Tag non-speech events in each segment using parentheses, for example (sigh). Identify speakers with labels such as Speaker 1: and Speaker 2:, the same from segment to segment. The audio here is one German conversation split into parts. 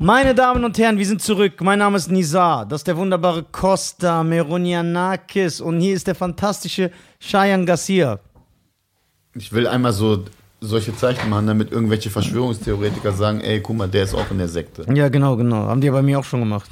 Speaker 1: Meine Damen und Herren, wir sind zurück. Mein Name ist Nizar. Das ist der wunderbare Costa Meronianakis. Und hier ist der fantastische Cheyenne Garcia.
Speaker 2: Ich will einmal so solche Zeichen machen, damit irgendwelche Verschwörungstheoretiker sagen, ey, guck mal, der ist auch in der Sekte.
Speaker 1: Ja, genau, genau. Haben die ja bei mir auch schon gemacht.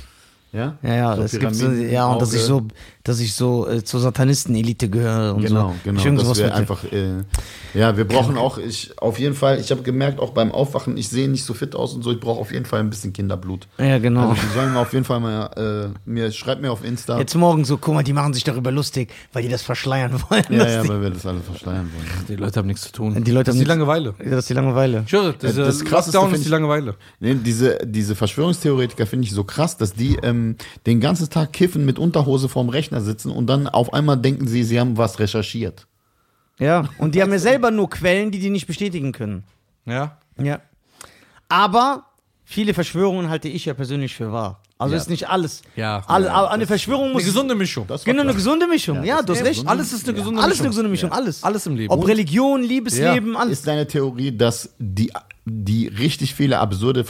Speaker 2: Ja?
Speaker 1: Ja, ja,
Speaker 2: So
Speaker 1: es gibt so,
Speaker 2: Pyramiden,
Speaker 1: ja, und dass
Speaker 2: Auge.
Speaker 1: ich so, dass ich so äh, zur Satanisten-Elite gehöre und
Speaker 2: Genau,
Speaker 1: so. Ich
Speaker 2: genau.
Speaker 1: irgend
Speaker 2: Das
Speaker 1: sowas
Speaker 2: wäre
Speaker 1: mit-
Speaker 2: einfach. Äh, ja, wir brauchen auch. Ich auf jeden Fall. Ich habe gemerkt, auch beim Aufwachen, ich sehe nicht so fit aus und so. Ich brauche auf jeden Fall ein bisschen Kinderblut.
Speaker 1: Ja, genau.
Speaker 2: Also, die sollen mir auf jeden Fall mal. Äh, mir schreibt mir auf Insta.
Speaker 1: Jetzt morgen so, guck mal, die machen sich darüber lustig, weil die das verschleiern wollen. (laughs)
Speaker 2: ja,
Speaker 1: dass
Speaker 2: ja,
Speaker 1: die,
Speaker 2: weil wir das alle versteuern wollen.
Speaker 3: Die Leute haben nichts zu tun.
Speaker 1: Die Leute
Speaker 3: das
Speaker 1: haben
Speaker 3: ist die
Speaker 1: nichts-
Speaker 3: Langeweile.
Speaker 1: das ist die Langeweile.
Speaker 3: Ich höre, das,
Speaker 2: Ja, das
Speaker 3: das
Speaker 2: Krasseste
Speaker 3: Lockdown
Speaker 2: find
Speaker 3: ist die
Speaker 2: ich-
Speaker 3: Langeweile.
Speaker 2: Nee, diese, diese Verschwörungstheoretiker finde ich so krass, dass die ähm, den ganzen Tag kiffen mit Unterhose vorm Rechner sitzen und dann auf einmal denken sie, sie haben was recherchiert.
Speaker 1: Ja. Und die haben ja selber nur Quellen, die die nicht bestätigen können.
Speaker 3: Ja.
Speaker 1: Ja. Aber viele Verschwörungen halte ich ja persönlich für wahr. Also
Speaker 2: Ja.
Speaker 1: ist nicht alles.
Speaker 3: Ja.
Speaker 1: Alle, aber eine Verschwörung muss.
Speaker 3: Eine gesunde Mischung.
Speaker 2: Das war
Speaker 1: genau, eine
Speaker 2: klar.
Speaker 1: gesunde Mischung. Ja, du hast recht.
Speaker 3: Alles ist eine gesunde
Speaker 1: Alles eine
Speaker 3: Mischung.
Speaker 1: gesunde Mischung, alles.
Speaker 3: Alles im Leben.
Speaker 1: Ob Religion, Liebesleben, alles.
Speaker 2: Ist deine Theorie, dass die, die richtig viele absurde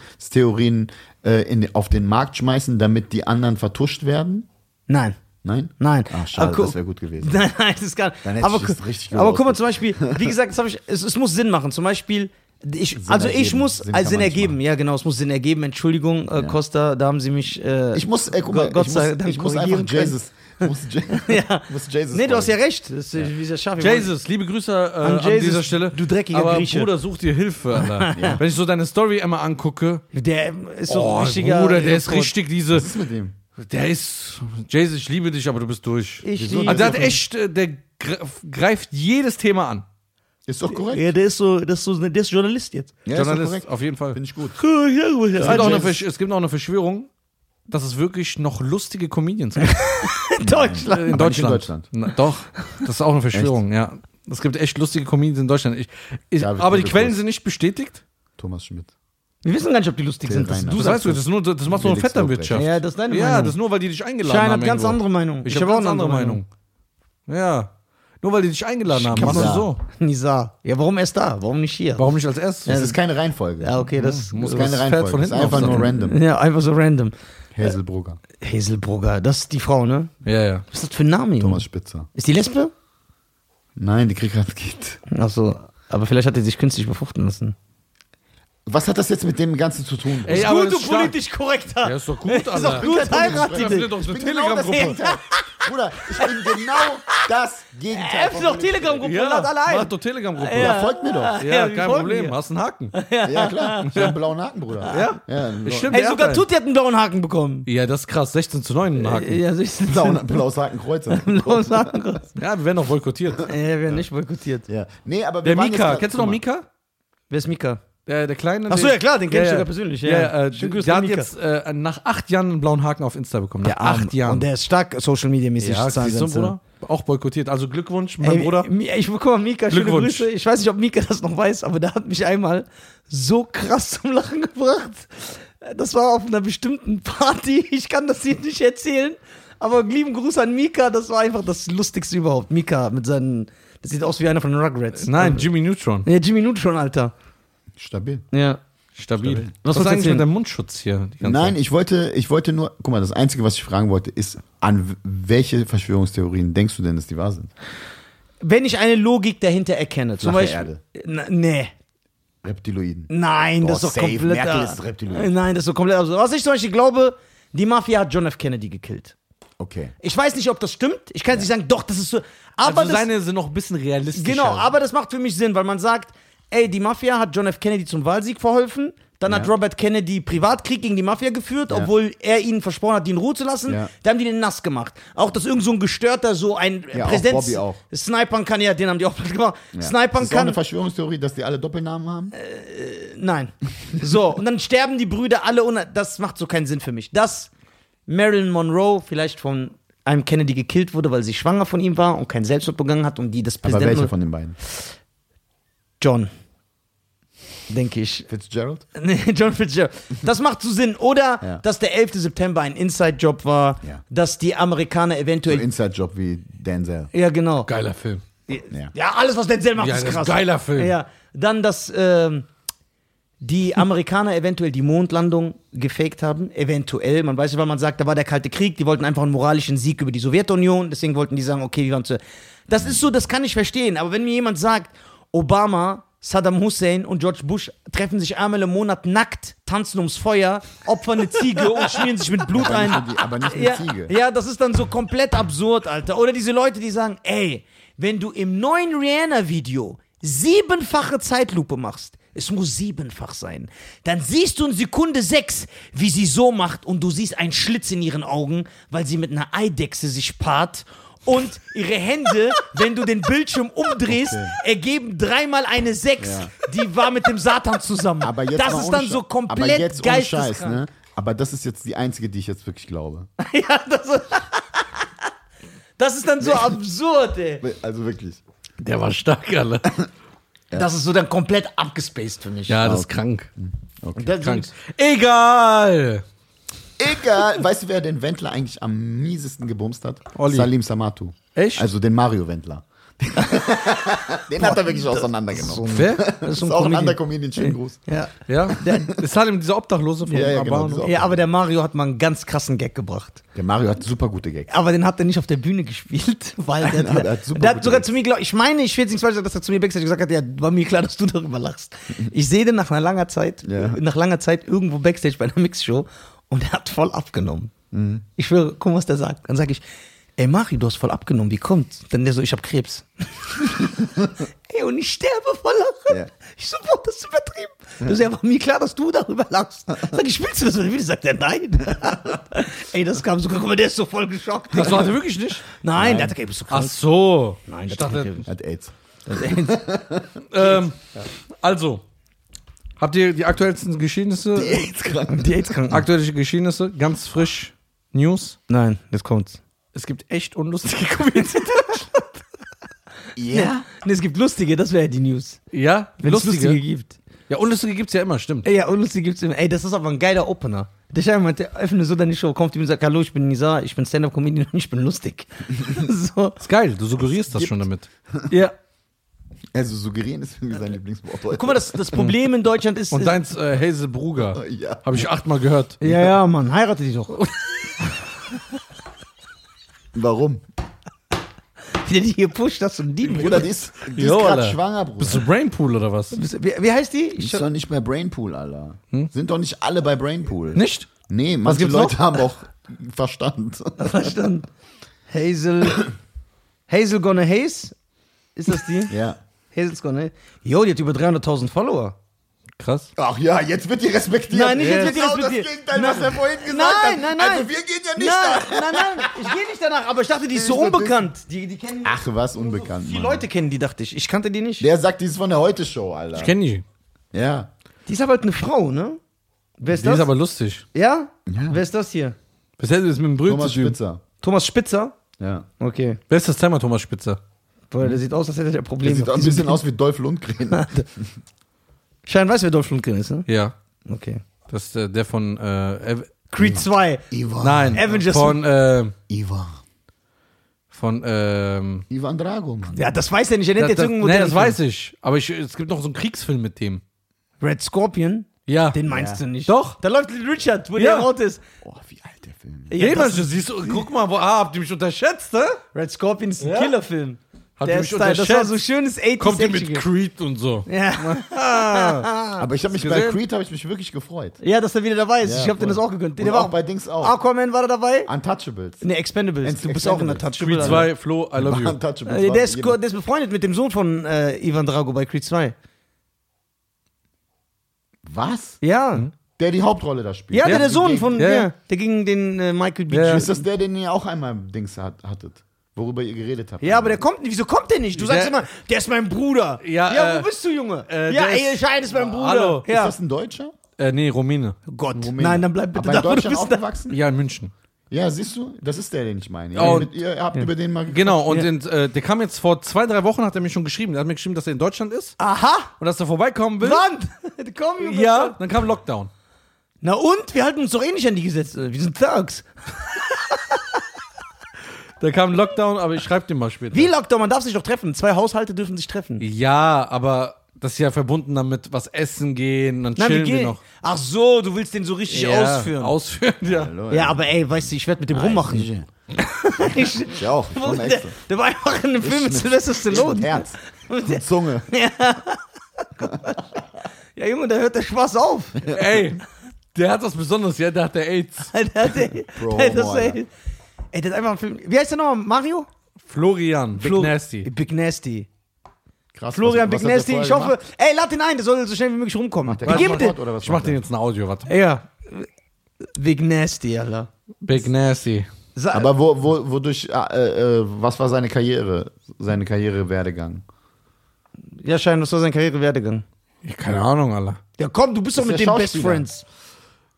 Speaker 2: Verschwörungstheorien äh, in, auf den Markt schmeißen, damit die anderen vertuscht werden?
Speaker 1: Nein.
Speaker 2: Nein?
Speaker 1: Nein.
Speaker 2: Ach, Ah, schade,
Speaker 1: Aber gu-
Speaker 2: das wäre gut gewesen.
Speaker 1: (laughs) Nein, nein, das kann.
Speaker 2: Dann hätte
Speaker 1: aber
Speaker 2: ich das richtig
Speaker 1: gu- aber guck mal,
Speaker 2: gewusst.
Speaker 1: zum Beispiel, wie gesagt, das hab ich, es, es muss Sinn machen. Zum Beispiel, ich, also ich
Speaker 2: ergeben.
Speaker 1: muss
Speaker 2: Sinn
Speaker 1: Sinn,
Speaker 2: kann
Speaker 1: also Sinn
Speaker 2: man nicht
Speaker 1: ergeben.
Speaker 2: machen.
Speaker 1: Ja, genau, es muss Sinn ergeben. Entschuldigung, äh, Costa, da haben Sie mich. Äh,
Speaker 2: Ich muss, ey, guck mal,
Speaker 1: Gott- Gott
Speaker 2: ich
Speaker 1: sei
Speaker 2: muss,
Speaker 1: Dank
Speaker 2: ich muss einfach
Speaker 1: korrigieren können.
Speaker 2: Jesus. Ich muss, Je
Speaker 1: (laughs) ja.
Speaker 2: ich muss Jesus.
Speaker 1: nee, du hast ja
Speaker 2: folgen.
Speaker 1: recht. Das ist, ja. Wie ist das
Speaker 3: Jesus, liebe Grüße äh, an,
Speaker 1: Jesus,
Speaker 3: dieser Stelle.
Speaker 1: du dreckiger
Speaker 3: Aber
Speaker 1: Grieche.
Speaker 3: Bruder, such dir Hilfe, Alter. Wenn ich so deine Story einmal angucke,
Speaker 1: Der ist so
Speaker 3: oh,
Speaker 1: ein richtiger.
Speaker 3: Bruder, der ist richtig diese,
Speaker 2: Was ist mit dem?
Speaker 3: der ist, Jesus, ich liebe dich, aber du bist durch.
Speaker 1: Ich
Speaker 2: Wieso?
Speaker 3: also
Speaker 1: liebe
Speaker 3: der hat echt, äh, der gr- greift jedes Thema an.
Speaker 2: Ist doch korrekt.
Speaker 1: ja, der ist so, das ist so, der ist Journalist jetzt.
Speaker 2: Ja, ist doch
Speaker 3: Journalist,
Speaker 2: korrekt.
Speaker 3: auf jeden Fall.
Speaker 2: Bin ich gut.
Speaker 3: Es gibt, auch eine,
Speaker 1: Deutschland.
Speaker 3: Versch- es gibt auch eine Verschwörung, dass es wirklich noch lustige Comedians gibt. in
Speaker 2: Aber nicht in
Speaker 3: Deutschland.
Speaker 2: Deutschland.
Speaker 3: Na, doch, das ist auch eine Verschwörung, ja. Es gibt echt lustige Comedians in Deutschland. Ich, ich,
Speaker 2: Ja, wir
Speaker 3: aber die
Speaker 2: sind
Speaker 3: Quellen
Speaker 2: groß.
Speaker 3: sind nicht bestätigt.
Speaker 2: Thomas Schmidt.
Speaker 1: Wir wissen gar nicht, ob die lustig sind. Das,
Speaker 2: Rainer.
Speaker 1: du
Speaker 3: Das
Speaker 1: sagst
Speaker 3: weißt du, das, ist nur, das macht so eine
Speaker 2: Felix
Speaker 3: Vetternwirtschaft.
Speaker 1: Ja, das ist deine
Speaker 3: Ja,
Speaker 1: Meinung.
Speaker 3: das ist nur, weil die dich eingeladen
Speaker 1: Schein
Speaker 3: haben.
Speaker 1: hat ganz
Speaker 3: irgendwo.
Speaker 1: andere Meinung.
Speaker 3: Ich, habe auch eine andere Meinung. Ja. Nur weil die dich eingeladen haben. Machst du
Speaker 2: sagen.
Speaker 3: so.
Speaker 1: Nisa. Ja, warum er ist da? Warum nicht hier?
Speaker 3: Warum nicht als erstes?
Speaker 2: Das ist keine Reihenfolge. Mhm.
Speaker 1: Ja, okay, das
Speaker 2: Das
Speaker 3: muss
Speaker 2: ist keine
Speaker 3: Das fährt
Speaker 2: Reihenfolge.
Speaker 3: von
Speaker 2: Das ist
Speaker 3: hinten
Speaker 2: einfach
Speaker 3: auf,
Speaker 2: nur
Speaker 3: sagt er.
Speaker 2: (laughs) random.
Speaker 1: Ja, einfach so random.
Speaker 2: Häselbrugger.
Speaker 1: Hazelbrugger, das ist die Frau, ne?
Speaker 3: Ja, ja.
Speaker 1: Was ist das für ein Name? Junge?
Speaker 2: Thomas Spitzer.
Speaker 1: Ist die Lesbe?
Speaker 2: Nein, die kriegt gerade Kind.
Speaker 1: Achso, aber vielleicht hat die sich künstlich befruchten lassen.
Speaker 2: Was hat das jetzt mit dem Ganzen zu tun?
Speaker 3: Ey, aber das ist stark.
Speaker 1: korrekter.
Speaker 3: Ja, ist doch gut,
Speaker 1: (laughs) ist doch
Speaker 3: Alter.
Speaker 1: gut, heiratet
Speaker 3: Ich
Speaker 1: dich.
Speaker 3: öffne doch so eine
Speaker 2: bin genau das
Speaker 3: Telegram-Gruppe.
Speaker 2: Gegenteil. Bruder, ich bin genau das Gegenteil.
Speaker 1: Öffne doch Telegram-Gruppe und lad alle
Speaker 3: mach
Speaker 1: ein.
Speaker 3: doch Telegram-Gruppe.
Speaker 2: Ja, folgt mir doch.
Speaker 3: Ja,
Speaker 1: Ja, wir
Speaker 3: kein
Speaker 1: folgen
Speaker 3: Problem.
Speaker 1: dir.
Speaker 3: Hast einen Haken.
Speaker 2: Ja, klar. Ich hab einen blauen Haken, Bruder.
Speaker 3: Ja?
Speaker 2: ja
Speaker 3: Stimmt,
Speaker 1: Ey, sogar Äh,
Speaker 3: der hat einen.
Speaker 1: Tutti hat einen blauen Haken bekommen.
Speaker 3: Ja, das ist krass. 16 zu 9 einen Haken.
Speaker 1: Ja, 16
Speaker 2: Blauen, blaues Hakenkreuz.
Speaker 1: (laughs) blauen Haken. krass.
Speaker 3: Ja, wir werden
Speaker 1: (laughs)
Speaker 3: auch boykottiert.
Speaker 1: Ja, Äh, wir werden nicht boykottiert.
Speaker 2: Ja. Nee, aber wir
Speaker 3: Der
Speaker 2: waren jetzt
Speaker 3: Mika,
Speaker 2: grad-
Speaker 3: kennst du noch
Speaker 2: guck mal.
Speaker 3: Mika?
Speaker 1: Wer ist Mika?
Speaker 3: Der, der kleine.
Speaker 1: Ach so,
Speaker 3: der-
Speaker 1: ja klar, den kenn ich sogar persönlich, ja.
Speaker 3: äh,
Speaker 1: Schönen
Speaker 3: der
Speaker 1: Grüß
Speaker 3: der
Speaker 1: an
Speaker 3: hat
Speaker 1: Mika.
Speaker 3: jetzt äh, nach acht Jahren einen blauen Haken auf Insta bekommen. Nach acht Jahren.
Speaker 1: Und der ist stark Social Media mäßig.
Speaker 3: ja,
Speaker 1: Zahlen-
Speaker 3: siehst du, Bruder? Auch boykottiert. Also Glückwunsch, mein
Speaker 1: Ey,
Speaker 3: Bruder.
Speaker 1: Mi- Ich bekomme Mika schöne
Speaker 3: Glückwunsch.
Speaker 1: Grüße. Ich weiß nicht, ob Mika das noch weiß, aber der hat mich einmal so krass zum Lachen gebracht. Das war auf einer bestimmten Party. Ich kann das hier nicht erzählen. Aber lieben Gruß an Mika. Das war einfach das Lustigste überhaupt. Mika mit seinen. Das sieht aus wie einer von den Rugrats.
Speaker 3: Nein, Jimmy Neutron.
Speaker 1: Ja, Jimmy Neutron, Alter.
Speaker 2: Stabil.
Speaker 1: Ja.
Speaker 3: Stabil.
Speaker 2: Stabil.
Speaker 1: Was
Speaker 3: Was, ist eigentlich
Speaker 1: erzählen?
Speaker 3: mit deinem Mundschutz hier? die ganze
Speaker 2: Nein,
Speaker 3: Zeit?
Speaker 2: ich wollte, ich wollte nur, guck mal, das Einzige, was ich fragen wollte, ist, an w- welche Verschwörungstheorien denkst du denn, dass die wahr sind?
Speaker 1: Wenn ich eine Logik dahinter erkenne, zum
Speaker 2: Flache
Speaker 1: Beispiel.
Speaker 2: Erde.
Speaker 1: Na, nee.
Speaker 2: Reptiloiden.
Speaker 1: Nein,
Speaker 2: Boah,
Speaker 1: das ist doch
Speaker 2: safe.
Speaker 1: komplett.
Speaker 2: Merkel ist Reptiloid.
Speaker 1: Nein, das ist doch komplett. absurd. was ich zum Beispiel glaube, die Mafia hat John F. Kennedy gekillt.
Speaker 2: Okay.
Speaker 1: Ich weiß nicht, ob das stimmt. Ich kann jetzt nicht sagen, doch, das ist so.
Speaker 3: also
Speaker 1: Aber das,
Speaker 3: seine sind noch ein bisschen realistischer.
Speaker 1: genau, aber das macht für mich Sinn, weil man sagt, ey, die Mafia hat John F. Kennedy zum Wahlsieg verholfen. Dann hat
Speaker 2: Ja.
Speaker 1: Robert Kennedy Privatkrieg gegen die Mafia geführt,
Speaker 2: Ja.
Speaker 1: obwohl er ihnen versprochen hat, die in Ruhe zu lassen.
Speaker 2: Ja.
Speaker 1: Dann haben die den nass gemacht. Auch, dass irgend so ein Gestörter, so ein
Speaker 2: Ja, auch
Speaker 1: Präsident.
Speaker 2: Bobby auch.
Speaker 1: Snipern kann, ja, den haben die auch (laughs) platt gemacht.
Speaker 2: Ja. Äh,
Speaker 1: Snipern
Speaker 2: ist das auch
Speaker 1: kann.
Speaker 2: eine Verschwörungstheorie, dass die alle Doppelnamen haben?
Speaker 1: Nein. So, und dann sterben die Brüder alle ohne. Das macht so keinen Sinn für mich. Dass Marilyn Monroe vielleicht von einem Kennedy gekillt wurde, weil sie schwanger von ihm war und keinen Selbstmord begangen hat und die das
Speaker 2: Aber welche
Speaker 1: Präsidenten.
Speaker 2: von den beiden?
Speaker 1: John. Denke ich. (laughs)
Speaker 2: Fitzgerald?
Speaker 1: Nee, John Fitzgerald. Das macht so Sinn. Oder,
Speaker 2: Ja.
Speaker 1: dass der 11. September ein Inside-Job war,
Speaker 2: Ja.
Speaker 1: dass die Amerikaner
Speaker 2: So
Speaker 1: eventuell.
Speaker 2: ein Inside-Job wie Denzel.
Speaker 1: ja, genau.
Speaker 3: Geiler Film.
Speaker 1: Ja, alles, was Denzel macht,
Speaker 3: Ja,
Speaker 1: ist
Speaker 3: das ist
Speaker 1: krass.
Speaker 3: ein geiler Film.
Speaker 1: Ja, dann das, ähm, die Amerikaner eventuell die Mondlandung gefaked haben. Eventuell, man weiß nicht, weil man sagt, da war der Kalte Krieg, die wollten einfach einen moralischen Sieg über die Sowjetunion, deswegen wollten die sagen, okay, wir waren zu. Das ist so, das kann ich verstehen, aber wenn mir jemand sagt, Obama, Saddam Hussein und George Bush treffen sich einmal im Monat nackt, tanzen ums Feuer, opfern eine Ziege und schmieren sich mit Blut
Speaker 2: Aber
Speaker 1: ein.
Speaker 2: nicht, nur die, aber nicht eine
Speaker 1: Ja,
Speaker 2: Ziege.
Speaker 1: ja, das ist dann so komplett absurd, Alter. Oder diese Leute, die sagen, ey, wenn du im neuen Rihanna-Video siebenfache Zeitlupe machst, es muss siebenfach sein, dann siehst du in Sekunde sechs, wie sie so macht und du siehst einen Schlitz in ihren Augen, weil sie mit einer Eidechse sich paart. Und ihre
Speaker 2: (laughs)
Speaker 1: Hände, wenn du den Bildschirm umdrehst, ergeben dreimal eine Sechs. Die war mit dem Satan zusammen.
Speaker 2: Aber jetzt
Speaker 1: das
Speaker 2: mal
Speaker 1: ist
Speaker 2: ohne
Speaker 1: dann
Speaker 2: Scheiß.
Speaker 1: so
Speaker 2: aber
Speaker 1: komplett
Speaker 2: jetzt ohne
Speaker 1: geisteskrank.
Speaker 2: Scheiß, ne? Aber das ist jetzt die einzige, die ich jetzt wirklich glaube.
Speaker 1: Ja, das ist, das ist dann so absurd, ey.
Speaker 2: Also wirklich.
Speaker 3: Der war stark, Alter.
Speaker 1: Das ist so dann komplett abgespaced für mich.
Speaker 3: Ja, das ist krank.
Speaker 1: Und dann
Speaker 3: krank.
Speaker 1: so-
Speaker 3: Egal.
Speaker 2: Egal. Weißt du, wer den Wendler eigentlich am miesesten gebumst hat?
Speaker 3: Olli.
Speaker 2: Salim Samatu.
Speaker 3: Echt?
Speaker 2: Also den Mario Wendler. den hat er wirklich auseinandergenommen.
Speaker 3: Wer? Das ist
Speaker 2: Das ist auch ein anderer Comedian. Schönen Gruß.
Speaker 1: Ja.
Speaker 3: Ja, ist halt eben dieser Obdachlose ne? von
Speaker 2: Ja, ja, genau,
Speaker 3: Abano.
Speaker 2: dieser
Speaker 1: ja, aber der Mario hat mal einen ganz krassen Gag gebracht.
Speaker 2: Der Mario hat super gute Gags.
Speaker 1: Aber den hat er nicht auf der Bühne gespielt, (laughs) weil der,
Speaker 2: Nein, aber
Speaker 1: der
Speaker 2: er
Speaker 1: hat,
Speaker 2: hat super gute
Speaker 1: sogar
Speaker 2: Gags.
Speaker 1: zu mir glaub, ich meine, ich will jetzt nichts falsch sagen, dass er zu mir backstage gesagt hat, ja, war mir klar, dass du darüber
Speaker 2: (laughs)
Speaker 1: lachst. Ich sehe den nach einer langer Zeit, äh,
Speaker 2: Ja.
Speaker 1: nach langer Zeit irgendwo backstage bei einer Mixshow und er hat voll abgenommen.
Speaker 2: Mhm.
Speaker 1: Ich schwöre, guck mal, was der sagt. Dann sage ich, ey Mario, du hast voll abgenommen, wie kommt's? Dann der so, ich hab
Speaker 2: (laughs)
Speaker 1: Krebs. (laughs) ey, und ich sterbe vor Lachen.
Speaker 2: Ja.
Speaker 1: Ich so, boah, das ist übertrieben. Das ist ja, war mir klar, dass du darüber lachst. Sag ich, willst du das wieder? Sagt er,
Speaker 3: (laughs)
Speaker 1: nein. ey, das kam sogar, guck mal, der ist so voll geschockt.
Speaker 3: Das war der wirklich nicht.
Speaker 1: Nein, der hat gesagt, bist du
Speaker 3: Ach
Speaker 1: krass.
Speaker 3: so.
Speaker 1: Nein,
Speaker 3: ich
Speaker 1: das
Speaker 3: dachte,
Speaker 2: Hat AIDS.
Speaker 3: ähm, also, habt ihr die aktuellsten Geschehnisse,
Speaker 2: AIDS-krank.
Speaker 1: (laughs) Die AIDS-Kranken.
Speaker 3: aktuelle Geschehnisse, ganz frisch, News?
Speaker 1: Nein, jetzt kommt's.
Speaker 3: Es gibt echt unlustige (laughs) Comedians.
Speaker 2: Ja.
Speaker 1: Nee, es gibt lustige, das wäre ja die News.
Speaker 3: ja,
Speaker 1: Wenn es
Speaker 3: lustige.
Speaker 1: lustige gibt.
Speaker 3: Ja, unlustige gibt's ja immer, stimmt.
Speaker 1: Ey, ja, unlustige gibt's immer. Ey, das ist aber ein geiler Opener. Der Schein meinte, öffne so deine Show, kommt ihm und sagt, hallo, ich bin Nisa, ich bin Stand-Up-Comedian und ich bin lustig. (laughs) so,
Speaker 3: Ist geil, du suggerierst das schon damit.
Speaker 1: (laughs) ja.
Speaker 2: Also suggerieren ist irgendwie sein Lieblingswort heute.
Speaker 1: Äh, Guck mal, das, das Problem in Deutschland ist...
Speaker 3: Und
Speaker 1: ist-
Speaker 3: deins äh, Hazel Bruger.
Speaker 2: Ja.
Speaker 3: Habe ich achtmal gehört.
Speaker 1: ja, ja, Mann, heirate dich doch.
Speaker 2: Warum?
Speaker 1: Wie die hier pusht, dass du ein Dieb
Speaker 2: Bruder, die ist, die ist
Speaker 3: Jo,
Speaker 2: gerade
Speaker 3: Alter.
Speaker 2: schwanger, Bruder.
Speaker 3: Bist du Brainpool oder was?
Speaker 1: bist. Wie, wie heißt die?
Speaker 2: Ich
Speaker 1: Ich,
Speaker 2: bin doch nicht bei Brainpool, Alter. Sind doch nicht alle bei Brainpool.
Speaker 3: Nicht?
Speaker 2: Nee, manche
Speaker 3: Hm? gibt's
Speaker 2: Leute
Speaker 3: noch?
Speaker 2: haben auch Verstand.
Speaker 1: verstanden. Hazel... Hazel Gone Haze? Ist das die?
Speaker 2: ja.
Speaker 1: Hazel's Gone Haze. Jo, die hat über 300.000 Follower.
Speaker 3: Krass.
Speaker 2: Ach ja, jetzt wird die respektiert.
Speaker 1: Nein, nicht jetzt wird die
Speaker 2: Genau
Speaker 1: respektiert.
Speaker 2: das Gegenteil, was er vorhin gesagt hat.
Speaker 1: Nein, nein, nein.
Speaker 2: Also wir gehen ja nicht
Speaker 1: nein,
Speaker 2: da.
Speaker 1: Nein, nein, ich gehe nicht danach, aber ich dachte, die ist so
Speaker 2: Ich so
Speaker 1: unbekannt. Die, die kennen
Speaker 2: Ach, was unbekannt,
Speaker 1: viele
Speaker 2: Mann.
Speaker 1: Leute kennen die, dachte ich. Ich kannte die nicht.
Speaker 2: Der sagt, die ist von der Heute-Show, Alter.
Speaker 3: Ich kenne die.
Speaker 2: Ja.
Speaker 1: Die ist aber halt eine Frau, ne? Wer ist
Speaker 3: Die
Speaker 1: das?
Speaker 3: ist aber lustig.
Speaker 1: ja?
Speaker 2: Ja.
Speaker 1: Wer ist das hier?
Speaker 3: Bisher ist mit dem
Speaker 2: Thomas
Speaker 3: Brötchen.
Speaker 2: Spitzer.
Speaker 1: Thomas Spitzer?
Speaker 2: Ja.
Speaker 1: Okay.
Speaker 3: Wer ist das Thema, Thomas Spitzer?
Speaker 1: Boah, der sieht aus, als hätte er Probleme.
Speaker 2: Der sieht auch ein bisschen aus wie Dolph
Speaker 3: (laughs)
Speaker 2: Lundgren.
Speaker 1: Schein weiß, wer Dolph Lundgren ist, ne?
Speaker 3: Ja.
Speaker 1: Okay.
Speaker 3: Das ist äh, der von. Äh, Ev-
Speaker 1: Creed 2.
Speaker 2: Ivan.
Speaker 3: Nein,
Speaker 1: Avengers-
Speaker 3: von. Äh,
Speaker 2: Ivan.
Speaker 3: von. Ähm,
Speaker 2: Ivan Drago, Mann.
Speaker 1: Ja, das weiß er nicht. Er nennt
Speaker 3: das,
Speaker 1: jetzt
Speaker 3: das,
Speaker 1: irgendwo
Speaker 3: nee,
Speaker 1: den
Speaker 3: das
Speaker 1: Film.
Speaker 3: weiß ich. Aber ich, es gibt noch so einen Kriegsfilm mit dem.
Speaker 1: Red Scorpion?
Speaker 3: Ja.
Speaker 1: Den meinst du nicht.
Speaker 3: Doch.
Speaker 1: Da läuft Little Richard, wo
Speaker 3: Ja.
Speaker 1: der rot ist.
Speaker 2: Oh, wie alt der Film ist.
Speaker 1: Ja,
Speaker 3: nee,
Speaker 1: das-
Speaker 3: Mensch, du siehst, guck mal, wo, ah, habt ihr mich unterschätzt, ne?
Speaker 1: Red Scorpion ist ein
Speaker 3: Ja.
Speaker 1: Killerfilm.
Speaker 3: Habt
Speaker 1: Der
Speaker 3: ihr
Speaker 1: ist
Speaker 3: mich
Speaker 1: da, das
Speaker 3: unterschätzt?
Speaker 1: war so schönes 80s
Speaker 3: Kommt ihr mit
Speaker 1: Action-
Speaker 3: Creed und so.
Speaker 1: Ja.
Speaker 3: (laughs)
Speaker 2: Aber ich habe mich bei
Speaker 3: gesehen?
Speaker 2: Creed habe ich mich wirklich gefreut.
Speaker 1: ja, dass er wieder dabei ist.
Speaker 2: Ja,
Speaker 1: ich hab
Speaker 2: voll.
Speaker 1: den das auch Ah, gegönnt.
Speaker 2: Und
Speaker 1: Der war
Speaker 2: auch bei Dings auch.
Speaker 1: Aquaman war da dabei.
Speaker 2: Untouchables.
Speaker 1: Ne, Expendables.
Speaker 2: Ex-
Speaker 1: Du bist auch in der
Speaker 2: Expendables.
Speaker 1: Touchable.
Speaker 3: Creed 2, Flo, I love you.
Speaker 2: Untouchables.
Speaker 1: Äh,
Speaker 2: war
Speaker 1: der, ist,
Speaker 2: jemand-
Speaker 1: der ist befreundet mit dem Sohn von äh, Ivan Drago bei Creed 2.
Speaker 2: Was?
Speaker 1: Ja.
Speaker 2: Der die Hauptrolle da spielt.
Speaker 1: Ja,
Speaker 3: Hm? Ja,
Speaker 1: der, der Sohn
Speaker 2: gegen-
Speaker 1: von.
Speaker 3: ja,
Speaker 1: Ja.
Speaker 3: ja.
Speaker 1: der gegen den äh, Michael B. Ja.
Speaker 3: Ja.
Speaker 2: Ist das der, den ihr auch einmal im Dings hat, hattet? Worüber ihr geredet habt?
Speaker 1: ja, aber der kommt nicht. Wieso kommt der nicht? Du sagst
Speaker 3: Der-
Speaker 1: immer, der ist mein Bruder.
Speaker 3: Ja,
Speaker 1: ja
Speaker 3: äh,
Speaker 1: wo bist du, Junge?
Speaker 3: äh,
Speaker 1: ja,
Speaker 3: der
Speaker 1: ey,
Speaker 3: ist-
Speaker 1: Schein ist mein Bruder.
Speaker 3: Hallo.
Speaker 1: Ja.
Speaker 2: Ist das ein Deutscher?
Speaker 3: Äh, nee, Rumäne.
Speaker 1: Gott.
Speaker 2: Rumäne.
Speaker 1: Nein, dann bleib bitte
Speaker 2: aber in
Speaker 1: da, wo du
Speaker 2: Deutschland
Speaker 1: bist. Da.
Speaker 2: aufgewachsen?
Speaker 3: Ja, in München.
Speaker 2: Ja, siehst du? Das ist der, den ich meine. Ihr,
Speaker 3: Oh,
Speaker 2: mit, ihr habt über den mal ge-
Speaker 3: Genau, und in, äh, der kam jetzt vor zwei, drei Wochen, hat er mir schon geschrieben. Der hat mir geschrieben, dass er in Deutschland ist
Speaker 1: Aha!
Speaker 3: und dass er vorbeikommen will.
Speaker 1: Wann? (laughs) Komm, Junge.
Speaker 3: Äh? Ja, dann kam Lockdown.
Speaker 1: Na und? Wir halten uns doch eh nicht an die Gesetze. Wir sind Thugs.
Speaker 3: Da kam Lockdown, aber ich schreibe den mal später.
Speaker 1: Wie Lockdown? Man darf sich doch treffen. Zwei Haushalte dürfen sich treffen.
Speaker 3: Ja, aber Das ist ja verbunden damit, was essen gehen, dann
Speaker 1: Nein,
Speaker 3: chillen wir,
Speaker 1: gehen-
Speaker 3: noch.
Speaker 1: Ach so, du willst den so richtig
Speaker 3: Ja, Ah,
Speaker 1: ausführen.
Speaker 3: Ausführen, ja.
Speaker 2: Hallo,
Speaker 1: ja, aber ey, weißt du, ich werde mit dem rummachen.
Speaker 2: Ich,
Speaker 1: (laughs) Ich,
Speaker 2: ich auch. Ich bin
Speaker 1: der,
Speaker 2: extra.
Speaker 1: der war einfach in einem Film mit Sylvester
Speaker 2: Ich mit
Speaker 1: Stallone.
Speaker 2: Herz. Mit Zunge.
Speaker 1: Ja, Junge, da hört der Spaß auf.
Speaker 3: Ey, der hat was Besonderes, ja, der hat der AIDS.
Speaker 1: Alter, (laughs) ey,
Speaker 2: Bro,
Speaker 1: ey, das,
Speaker 2: Homo,
Speaker 1: ey, ey, das ist einfach ein Film. Wie heißt der nochmal? Mario?
Speaker 3: Florian, Big
Speaker 1: Flo-
Speaker 3: Nasty.
Speaker 1: Big Nasty.
Speaker 2: Krass,
Speaker 1: Florian
Speaker 2: was-
Speaker 1: Big
Speaker 2: was hat der
Speaker 1: Nasty,
Speaker 2: vorher
Speaker 1: ich hoffe.
Speaker 2: gemacht?
Speaker 1: Ey, lad ihn ein, der soll so schnell wie möglich rumkommen.
Speaker 2: Der
Speaker 1: Wie
Speaker 2: kann
Speaker 1: geben
Speaker 2: Sport
Speaker 1: den?
Speaker 2: oder was
Speaker 3: Ich mach
Speaker 2: macht
Speaker 3: dir
Speaker 2: der?
Speaker 3: jetzt ein Audio, warte.
Speaker 1: Ja. Big Nasty, Alter.
Speaker 3: Big Nasty.
Speaker 1: Sa
Speaker 2: Aber wo, wo, wodurch, äh, äh, was war seine Karriere, seine Karrierewerdegang?
Speaker 1: ja, scheinbar, das war sein Karrierewerdegang.
Speaker 3: Ja, keine Ahnung, Alter.
Speaker 1: Ja, komm, du bist doch
Speaker 2: Ist
Speaker 1: mit
Speaker 2: der
Speaker 1: dem Best
Speaker 2: Schauspieler.
Speaker 1: Friends.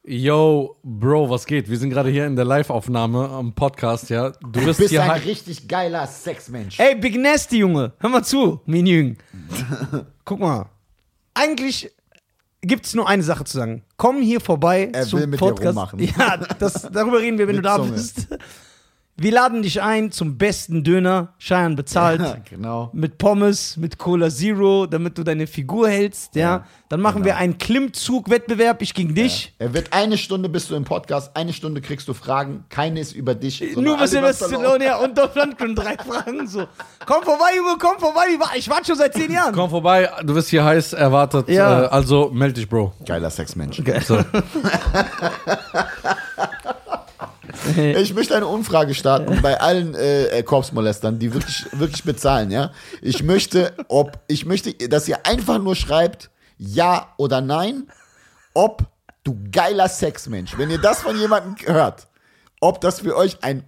Speaker 3: Yo, Bro, was geht? Wir sind gerade hier in der Live-Aufnahme am Podcast, ja. Du bist,
Speaker 2: Bist
Speaker 3: hier
Speaker 2: ein
Speaker 3: halt.
Speaker 2: richtig geiler Sexmensch.
Speaker 1: Ey, Big Nasty, Junge. Hör mal zu, mein Jüng. Guck mal. Eigentlich gibt's nur eine Sache zu sagen. Komm hier vorbei
Speaker 2: Er
Speaker 1: zum
Speaker 2: will mit dir
Speaker 1: Podcast.
Speaker 2: rummachen.
Speaker 1: (laughs) Ja, das, darüber reden wir, wenn du
Speaker 2: Mit
Speaker 1: da
Speaker 2: Zunge.
Speaker 1: bist. Wir laden dich ein zum besten Döner. Scheiern bezahlt.
Speaker 2: Ja, genau.
Speaker 1: Mit Pommes, mit Cola Zero, damit du deine Figur hältst, ja. Dann machen wir
Speaker 2: Genau.
Speaker 1: einen Klimmzug-Wettbewerb, ich gegen dich.
Speaker 2: Er wird eine Stunde bist du im Podcast, eine Stunde kriegst du Fragen, keine ist über dich. sondern
Speaker 1: Nur
Speaker 2: alle
Speaker 1: was Silvester
Speaker 2: über
Speaker 1: Stallone ja, und Dolph Lundgren, drei (laughs) Fragen so. Komm vorbei, Junge, komm vorbei. Ich war- Ich warte schon seit zehn Jahren.
Speaker 3: Komm vorbei, du wirst hier heiß erwartet.
Speaker 1: Ja.
Speaker 3: Äh, also meld dich, Bro.
Speaker 2: Geiler Sexmensch.
Speaker 3: (laughs) So.
Speaker 2: Ich möchte eine Umfrage starten bei allen äh, äh, Korpsmolestern, die wirklich, wirklich bezahlen, ja. Ich möchte, ob, ich möchte, dass ihr einfach nur schreibt, ja oder nein, ob du geiler Sexmensch, wenn ihr das von jemandem hört, ob das für euch ein,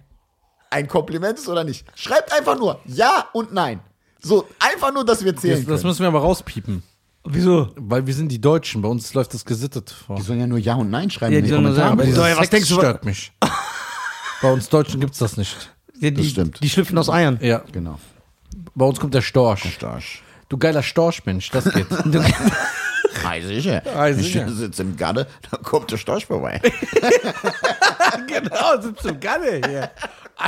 Speaker 2: ein Kompliment ist oder nicht. Schreibt einfach nur ja und nein. So, einfach nur, dass wir zählen
Speaker 3: Das,
Speaker 2: können.
Speaker 3: das müssen wir aber rauspiepen.
Speaker 1: Wieso?
Speaker 3: Weil wir sind die Deutschen, bei uns läuft das gesittet vor.
Speaker 2: Die sollen ja nur ja und nein schreiben
Speaker 1: Ja,
Speaker 2: in
Speaker 1: die
Speaker 2: den
Speaker 1: sollen nur
Speaker 2: Kommentaren.
Speaker 1: sagen, aber die
Speaker 2: bitte.
Speaker 1: sollen- Soja, was
Speaker 3: Sex
Speaker 1: denkst du, wa-
Speaker 3: stört mich. bei uns Deutschen gibt's das nicht.
Speaker 1: Die, die,
Speaker 2: stimmt.
Speaker 1: Die schlüpfen aus Eiern. (laughs)
Speaker 3: Ja,
Speaker 2: Genau.
Speaker 3: bei uns kommt der Storch.
Speaker 2: Starsch.
Speaker 3: Du geiler Storchmensch, das geht. (laughs)
Speaker 2: Ei, sicher.
Speaker 3: Ei,
Speaker 2: Ich
Speaker 3: sicher.
Speaker 2: sitze im Garde, (laughs) da kommt der Storch vorbei.
Speaker 3: genau, sind zum Galle hier.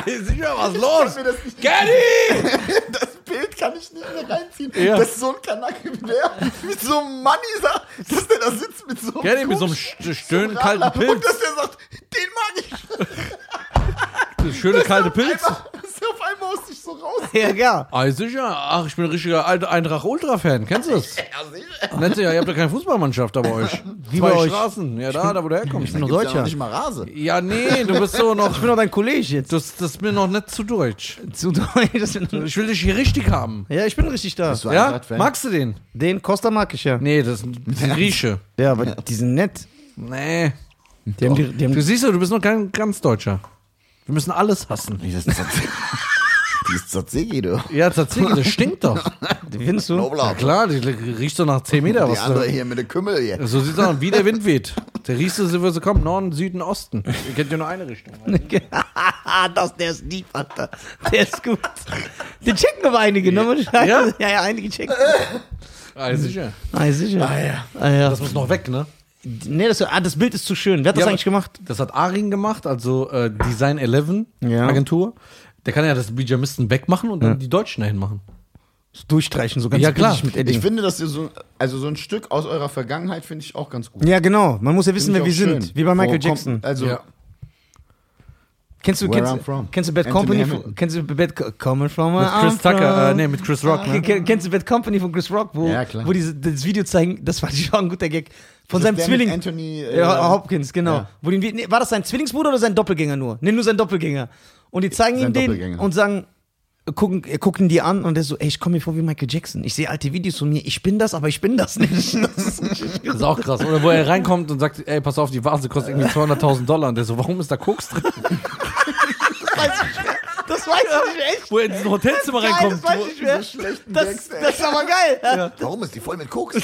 Speaker 3: Sieh mal, was
Speaker 2: Ich kann mir das nicht-
Speaker 3: Gally!
Speaker 2: (laughs) Das Bild kann ich nicht mehr reinziehen.
Speaker 3: Ja.
Speaker 2: Das ist so ein Kanacke wie der, mit so einem Manni, sa- dass der da sitzt mit so einem,
Speaker 3: Gally mit so einem
Speaker 2: komischen
Speaker 3: st- schönen
Speaker 2: Radler
Speaker 3: kalten
Speaker 2: Und dass
Speaker 3: Pilz.
Speaker 2: der sagt, den mag ich.
Speaker 3: Schöne kalte Pilz.
Speaker 2: Einfach, dass der auf einmal aus sich so raus.
Speaker 1: Ja, ja.
Speaker 3: Ei, sicher. Ach, ich bin ein richtiger Alt- Eintracht-Ultra-Fan. Kennst du das?
Speaker 2: Ja, sicher.
Speaker 3: Nennt sich ja, ihr habt ja keine Fußballmannschaft da bei euch. Wie
Speaker 1: bei euch.
Speaker 3: Straßen. Ja, da, da, wo du herkommst.
Speaker 1: bin noch
Speaker 2: Gibt's ja
Speaker 1: Deutscher.
Speaker 2: noch nicht mal Rase.
Speaker 3: Ja, nee, du bist so noch.
Speaker 1: Ich bin doch dein Kollege jetzt.
Speaker 3: Das, das ist mir noch nicht zu deutsch.
Speaker 1: Zu (laughs) deutsch. das bin-
Speaker 3: Ich will dich hier richtig haben.
Speaker 1: Ja, ich bin richtig da.
Speaker 2: du
Speaker 3: Ja? Magst du den?
Speaker 1: Den Costa mag ich ja.
Speaker 3: Nee, das ist ein Grieche.
Speaker 1: Ja, aber die sind nett.
Speaker 3: Nee.
Speaker 1: Die haben die, die
Speaker 3: Du
Speaker 1: haben
Speaker 3: siehst ja, du bist noch kein ganz Deutscher. Wir müssen alles hassen.
Speaker 2: Das ist (laughs) Tzatziki, du.
Speaker 3: Ja, tatsächlich, das stinkt doch.
Speaker 1: die findest du?
Speaker 2: Knoblauch.
Speaker 3: (laughs) Klar, die riecht doch nach 10 Meter
Speaker 2: Die
Speaker 3: was.
Speaker 2: andere hier mit der Kümmel hier.
Speaker 3: So sieht's aus, wie der Wind weht. Der riecht so, wo sie kommt, Norden, Süden, Osten. Ihr kennt ja nur eine (laughs) Richtung.
Speaker 1: (laughs)
Speaker 3: ne?
Speaker 1: das, der ist lieb, Alter. Der ist gut. Den checken aber einige, ne? Man-
Speaker 3: Ja?
Speaker 1: ja, ja, einige checken.
Speaker 3: Ah, sicher.
Speaker 1: Ah, sicher. Ah, ja. Ah, ja.
Speaker 3: Das muss noch weg, ne?
Speaker 1: nee, das, ah, das Bild ist zu schön. Wer hat das
Speaker 3: Ja,
Speaker 1: eigentlich gemacht?
Speaker 3: Das hat Arin gemacht, also äh, Design 11
Speaker 1: Ja.
Speaker 3: Agentur. Der kann ja das Bijamisten wegmachen und dann die Deutschen dahin machen.
Speaker 1: Durchstreichen, so ganz
Speaker 3: Ja, klar.
Speaker 1: billig mit
Speaker 2: Ich
Speaker 1: Edding.
Speaker 2: finde, dass ihr so, also so ein Stück aus eurer Vergangenheit finde ich auch ganz gut.
Speaker 1: Ja, genau. Man muss ja wissen,
Speaker 2: Finde
Speaker 1: wer
Speaker 2: ich
Speaker 1: wir
Speaker 2: auch
Speaker 1: sind.
Speaker 2: schön.
Speaker 1: Wie bei Michael
Speaker 2: Wo kommt-
Speaker 1: Jackson.
Speaker 2: Also,
Speaker 3: Ja.
Speaker 1: Kennst du,
Speaker 2: Where
Speaker 1: kennst,
Speaker 2: I'm from.
Speaker 1: kennst du Bad
Speaker 2: Anthony
Speaker 1: Company?
Speaker 2: Hamilton.
Speaker 1: Von, kennst du Bad Co Coming from
Speaker 3: Mit
Speaker 1: where I'm
Speaker 3: Chris Tucker, äh,
Speaker 1: from?
Speaker 3: nee, mit Chris Rock, ne?
Speaker 1: Ke- Kennst du Bad Company von Chris Rock, wo,
Speaker 2: Ja, klar.
Speaker 1: wo die das Video zeigen, das war (laughs) schon ein guter Gag. Von
Speaker 2: Ist
Speaker 1: seinem
Speaker 2: der mit
Speaker 1: Zwilling.
Speaker 2: Anthony, äh,
Speaker 1: ja, Hopkins, genau.
Speaker 2: ja.
Speaker 1: Wo die, nee, war das sein Zwillingsbruder oder sein Doppelgänger nur? Nee, nur sein Doppelgänger. Und die zeigen
Speaker 2: Sein
Speaker 1: ihm den
Speaker 2: Doppelgänger.
Speaker 1: und sagen, äh, gucken, äh, gucken die an und der so, ey, ich komme mir vor wie Michael Jackson. Ich sehe alte Videos von mir, ich bin das, aber ich bin das nicht. (laughs) Das ist
Speaker 3: Das ist auch krass. Oder wo er reinkommt und sagt, ey, pass auf, die Vase
Speaker 2: (laughs)
Speaker 3: kostet irgendwie 200.000 Dollar. Und der so, warum ist da Koks drin?
Speaker 1: Das weiß ich nicht echt.
Speaker 3: Wo er in dieses Hotelzimmer
Speaker 1: Geil, das
Speaker 3: reinkommt.
Speaker 1: weiß ich mehr.
Speaker 2: schlechten
Speaker 1: Das,
Speaker 2: Gags, ey.
Speaker 1: das ist aber geil.
Speaker 2: Warum ist die voll mit Koks?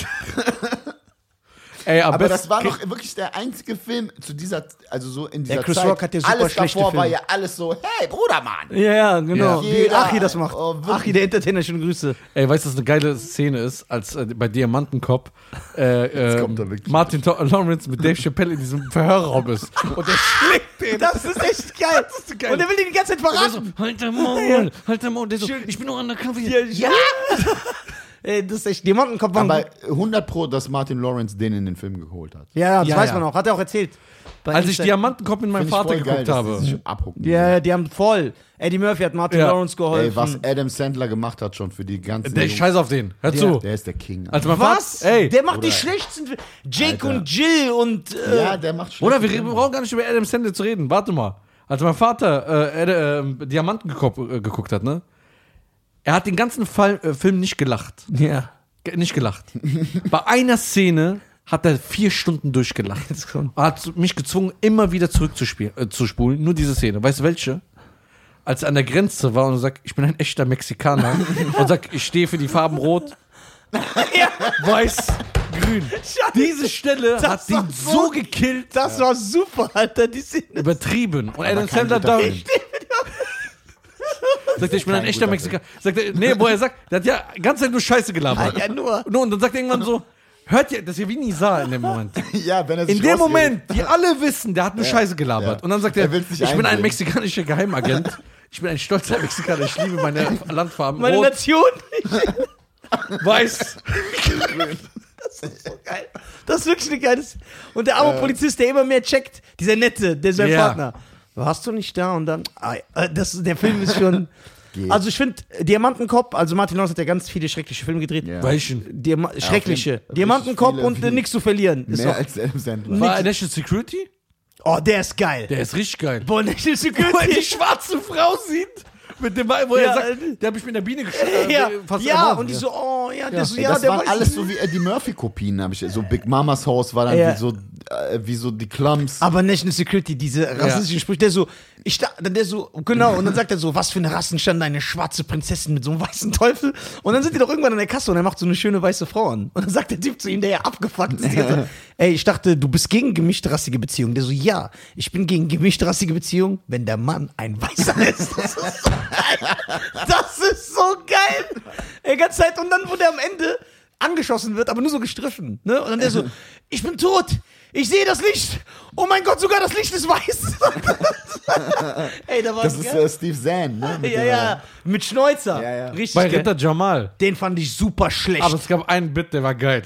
Speaker 3: Ey, am
Speaker 2: Aber
Speaker 3: besten-
Speaker 2: das war noch wirklich der einzige Film zu dieser, also so in dieser
Speaker 1: Ja, Chris
Speaker 2: Zeit.
Speaker 1: Rock hat ja super
Speaker 2: alles
Speaker 1: schlechte
Speaker 2: davor war
Speaker 1: Filme.
Speaker 2: ja alles so, hey Bruder, Mann.
Speaker 1: Ja, ja, genau.
Speaker 3: Ja.
Speaker 1: Wie
Speaker 2: Jeder-
Speaker 1: Achi das macht.
Speaker 2: Oh, wirklich.
Speaker 1: Achi, der Entertainer, schöne Grüße.
Speaker 3: Ey, weißt du, was eine geile Szene ist, als äh, bei Diamantenkopf
Speaker 2: (laughs)
Speaker 3: äh, äh,
Speaker 2: kommt er wirklich.
Speaker 3: Martin To- Lawrence mit Dave Chappelle in diesem Verhörraum ist. Und der schlägt den.
Speaker 1: Das ist echt geil.
Speaker 3: geil.
Speaker 1: Und er will den die ganze Zeit
Speaker 3: Der so,
Speaker 1: verraten. (laughs)
Speaker 3: halt dein Maul, halt dein Maul. Der so, ich bin nur an der Kaffee.
Speaker 1: Ja. äh, dass echt jemanden kommt. wann-
Speaker 2: Aber 100 Pro, dass Martin Lawrence den in den Film geholt hat.
Speaker 1: ja, ja, das
Speaker 3: Ja,
Speaker 1: weiß
Speaker 3: ja.
Speaker 1: man auch. Hat er auch erzählt. Bei
Speaker 3: Als ich
Speaker 1: Insta-
Speaker 3: Diamantenkopf mit meinem
Speaker 2: Find ich
Speaker 3: Vater
Speaker 2: voll
Speaker 3: geguckt
Speaker 2: geil,
Speaker 3: habe.
Speaker 2: Dass die sich abhucken.
Speaker 1: Ja, ja, die haben voll. Eddie Murphy hat Martin
Speaker 3: Ja.
Speaker 1: Lawrence geholfen.
Speaker 2: Ey, was Adam Sandler gemacht hat schon für die ganzen.
Speaker 3: Der, ich scheiße auf den. Hör zu.
Speaker 2: Der ist der King.
Speaker 3: Also mein
Speaker 1: Was?
Speaker 3: Vater, ey.
Speaker 1: der macht die
Speaker 2: Bruder.
Speaker 1: schlechtesten Filme. Jake
Speaker 2: Alter.
Speaker 1: und Jill und. Äh,
Speaker 2: ja, der macht schon.
Speaker 3: Oder wir reden- wir brauchen gar nicht über Adam Sandler zu reden. Warte mal. Als mein Vater äh, äh, äh, Diamanten gekop- äh, geguckt hat, ne? Er hat den ganzen Fall, äh, Film nicht gelacht.
Speaker 1: ja.
Speaker 3: Ge-
Speaker 2: (laughs)
Speaker 3: Nicht gelacht. Bei einer Szene hat er vier Stunden durchgelacht.
Speaker 1: Jetzt kommt-
Speaker 3: Er hat zu- mich gezwungen, immer wieder zurückzuspulen. Äh, zu spulen. Nur diese Szene. Weißt du welche? Als er an der Grenze war und sagt, ich bin ein echter
Speaker 2: (laughs)
Speaker 3: Mexikaner und sagt, ich stehe für die Farben rot, weiß, grün. Diese Stelle hat ihn so gekillt.
Speaker 1: Das war super, Alter, die Szene.
Speaker 3: übertrieben. Und Adam
Speaker 2: Aber kein
Speaker 3: Sandler
Speaker 2: guter
Speaker 3: da.
Speaker 2: Film.
Speaker 3: (laughs) Sagt er, ich bin ein
Speaker 2: Kein
Speaker 3: echter
Speaker 2: guter
Speaker 3: Mexikaner. Sagt er, nee, wo er sagt, der hat ja ganz nur Scheiße gelabert.
Speaker 1: Ja, nur.
Speaker 3: Nur, und dann sagt er irgendwann so, hört ihr, das ist ja wie Nisa in dem Moment.
Speaker 2: ja, wenn er sich
Speaker 3: In dem
Speaker 2: rausredet.
Speaker 3: Moment, die alle wissen, der hat nur Scheiße gelabert.
Speaker 2: ja.
Speaker 3: Und dann sagt
Speaker 2: Er
Speaker 3: er,
Speaker 2: will's
Speaker 3: ich
Speaker 2: nicht
Speaker 3: bin ein
Speaker 2: einsehen.
Speaker 3: mexikanischer Geheimagent. Ich bin ein stolzer Mexikaner. Ich liebe meine Landfarben.
Speaker 1: Meine
Speaker 3: Rot,
Speaker 1: Nation.
Speaker 3: weiß.
Speaker 1: So geil. Das ist wirklich eine geile Szene. Und der arme Polizist, der immer mehr checkt, dieser Nette, der ist sein
Speaker 3: Ja.
Speaker 1: Partner. Warst du nicht da? Und dann. Ah, äh, Das, der Film ist schon.
Speaker 2: (laughs) Geht.
Speaker 1: Also ich finde, Diamantenkopf, also Martin Lawrence hat ja ganz viele schreckliche Filme gedreht.
Speaker 2: Ja.
Speaker 3: Welchen?
Speaker 1: Diama schreckliche.
Speaker 2: richtig
Speaker 1: Diamantenkopf
Speaker 2: viele,
Speaker 1: und äh,
Speaker 2: wie-
Speaker 1: nichts zu verlieren. Ist
Speaker 2: Mehr
Speaker 1: noch,
Speaker 2: als Adam Sandler.
Speaker 3: War er National Security?
Speaker 1: oh, der ist geil.
Speaker 3: Der ist richtig geil.
Speaker 1: Boah,
Speaker 2: (laughs)
Speaker 1: National
Speaker 3: Wo er die
Speaker 1: Security.
Speaker 3: schwarze Frau sieht. Mit dem, wo er
Speaker 1: Ja, äh,
Speaker 3: sagt, der hat mich mit der Biene geschossen.
Speaker 1: (laughs)
Speaker 2: äh,
Speaker 1: Ja,
Speaker 3: fast
Speaker 1: ja
Speaker 3: ermordet.
Speaker 1: und die so, oh, ja, der so,
Speaker 2: Ey,
Speaker 1: ja,
Speaker 2: das
Speaker 1: der
Speaker 2: waren
Speaker 1: weiß-
Speaker 2: alles so wie Eddie Murphy-Kopien, habe ich. So Big Mamas Haus war dann
Speaker 1: Ja.
Speaker 2: wie, so, äh, wie so die Clumps.
Speaker 1: Aber National Security, diese rassistischen Sprüche, der so, ich da, der so, genau, und dann sagt er so, was für eine Rassenstand, eine schwarze Prinzessin mit so einem weißen Teufel. Und dann sind die doch irgendwann an der Kasse und er macht so eine schöne weiße Frau an. Und dann sagt der Typ zu ihm, der ja abgefuckt ist, der so, ey, ich dachte, du bist gegen gemischtrassige Beziehungen. Der so, ja, ich bin gegen gemischtrassige Beziehungen, wenn der Mann ein Weißer ist. Das ist so geil. Das ist so geil. Ey, ganze Zeit, und dann wurde er am Ende angeschossen wird, aber nur so gestriffen. Ne? Und dann der so, ich bin tot, ich sehe das Licht. Oh mein Gott, sogar das Licht ist weiß. Ey, da war
Speaker 2: das
Speaker 1: es,
Speaker 2: ist
Speaker 1: gell?
Speaker 2: äh, Steve Zahn, ne? Mit
Speaker 1: Ja,
Speaker 2: der-
Speaker 1: ja, mit Schneuzer.
Speaker 2: Ja, ja.
Speaker 1: Richtig.
Speaker 3: Bei
Speaker 1: gell?
Speaker 3: Ritter Jamal.
Speaker 1: Den fand ich super schlecht.
Speaker 3: Aber es gab einen Bit, der war geil.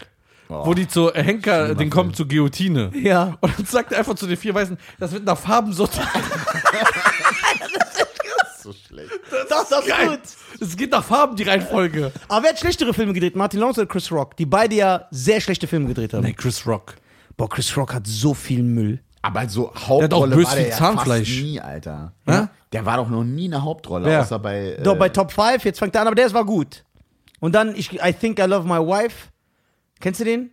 Speaker 3: Wo die zu äh, Henker, den kommen zur Guillotine.
Speaker 1: Ja.
Speaker 3: Und dann sagt er einfach zu den vier Weißen, das wird nach Farben (laughs) sortiert.
Speaker 2: So schlecht.
Speaker 1: das ist
Speaker 3: Geil. Es geht nach Farben, die Reihenfolge.
Speaker 1: Aber wer hat schlechtere Filme gedreht? Martin Lawrence oder Chris Rock? Die beide ja sehr schlechte Filme gedreht haben.
Speaker 3: Nee, Chris Rock.
Speaker 1: Boah, Chris Rock hat so viel Müll.
Speaker 2: Aber so
Speaker 3: hat auch
Speaker 2: Hauptrolle
Speaker 3: bös
Speaker 2: war
Speaker 3: wie
Speaker 2: der ja
Speaker 3: Zahnfleisch.
Speaker 2: fast nie, Alter.
Speaker 3: Ja?
Speaker 2: Der war doch noch nie eine Hauptrolle,
Speaker 3: Ja.
Speaker 2: außer bei. Äh,
Speaker 1: Doch, bei Top 5, jetzt fängt er an, aber der war gut. Und dann, ich, I think I love my wife. Kennst du den?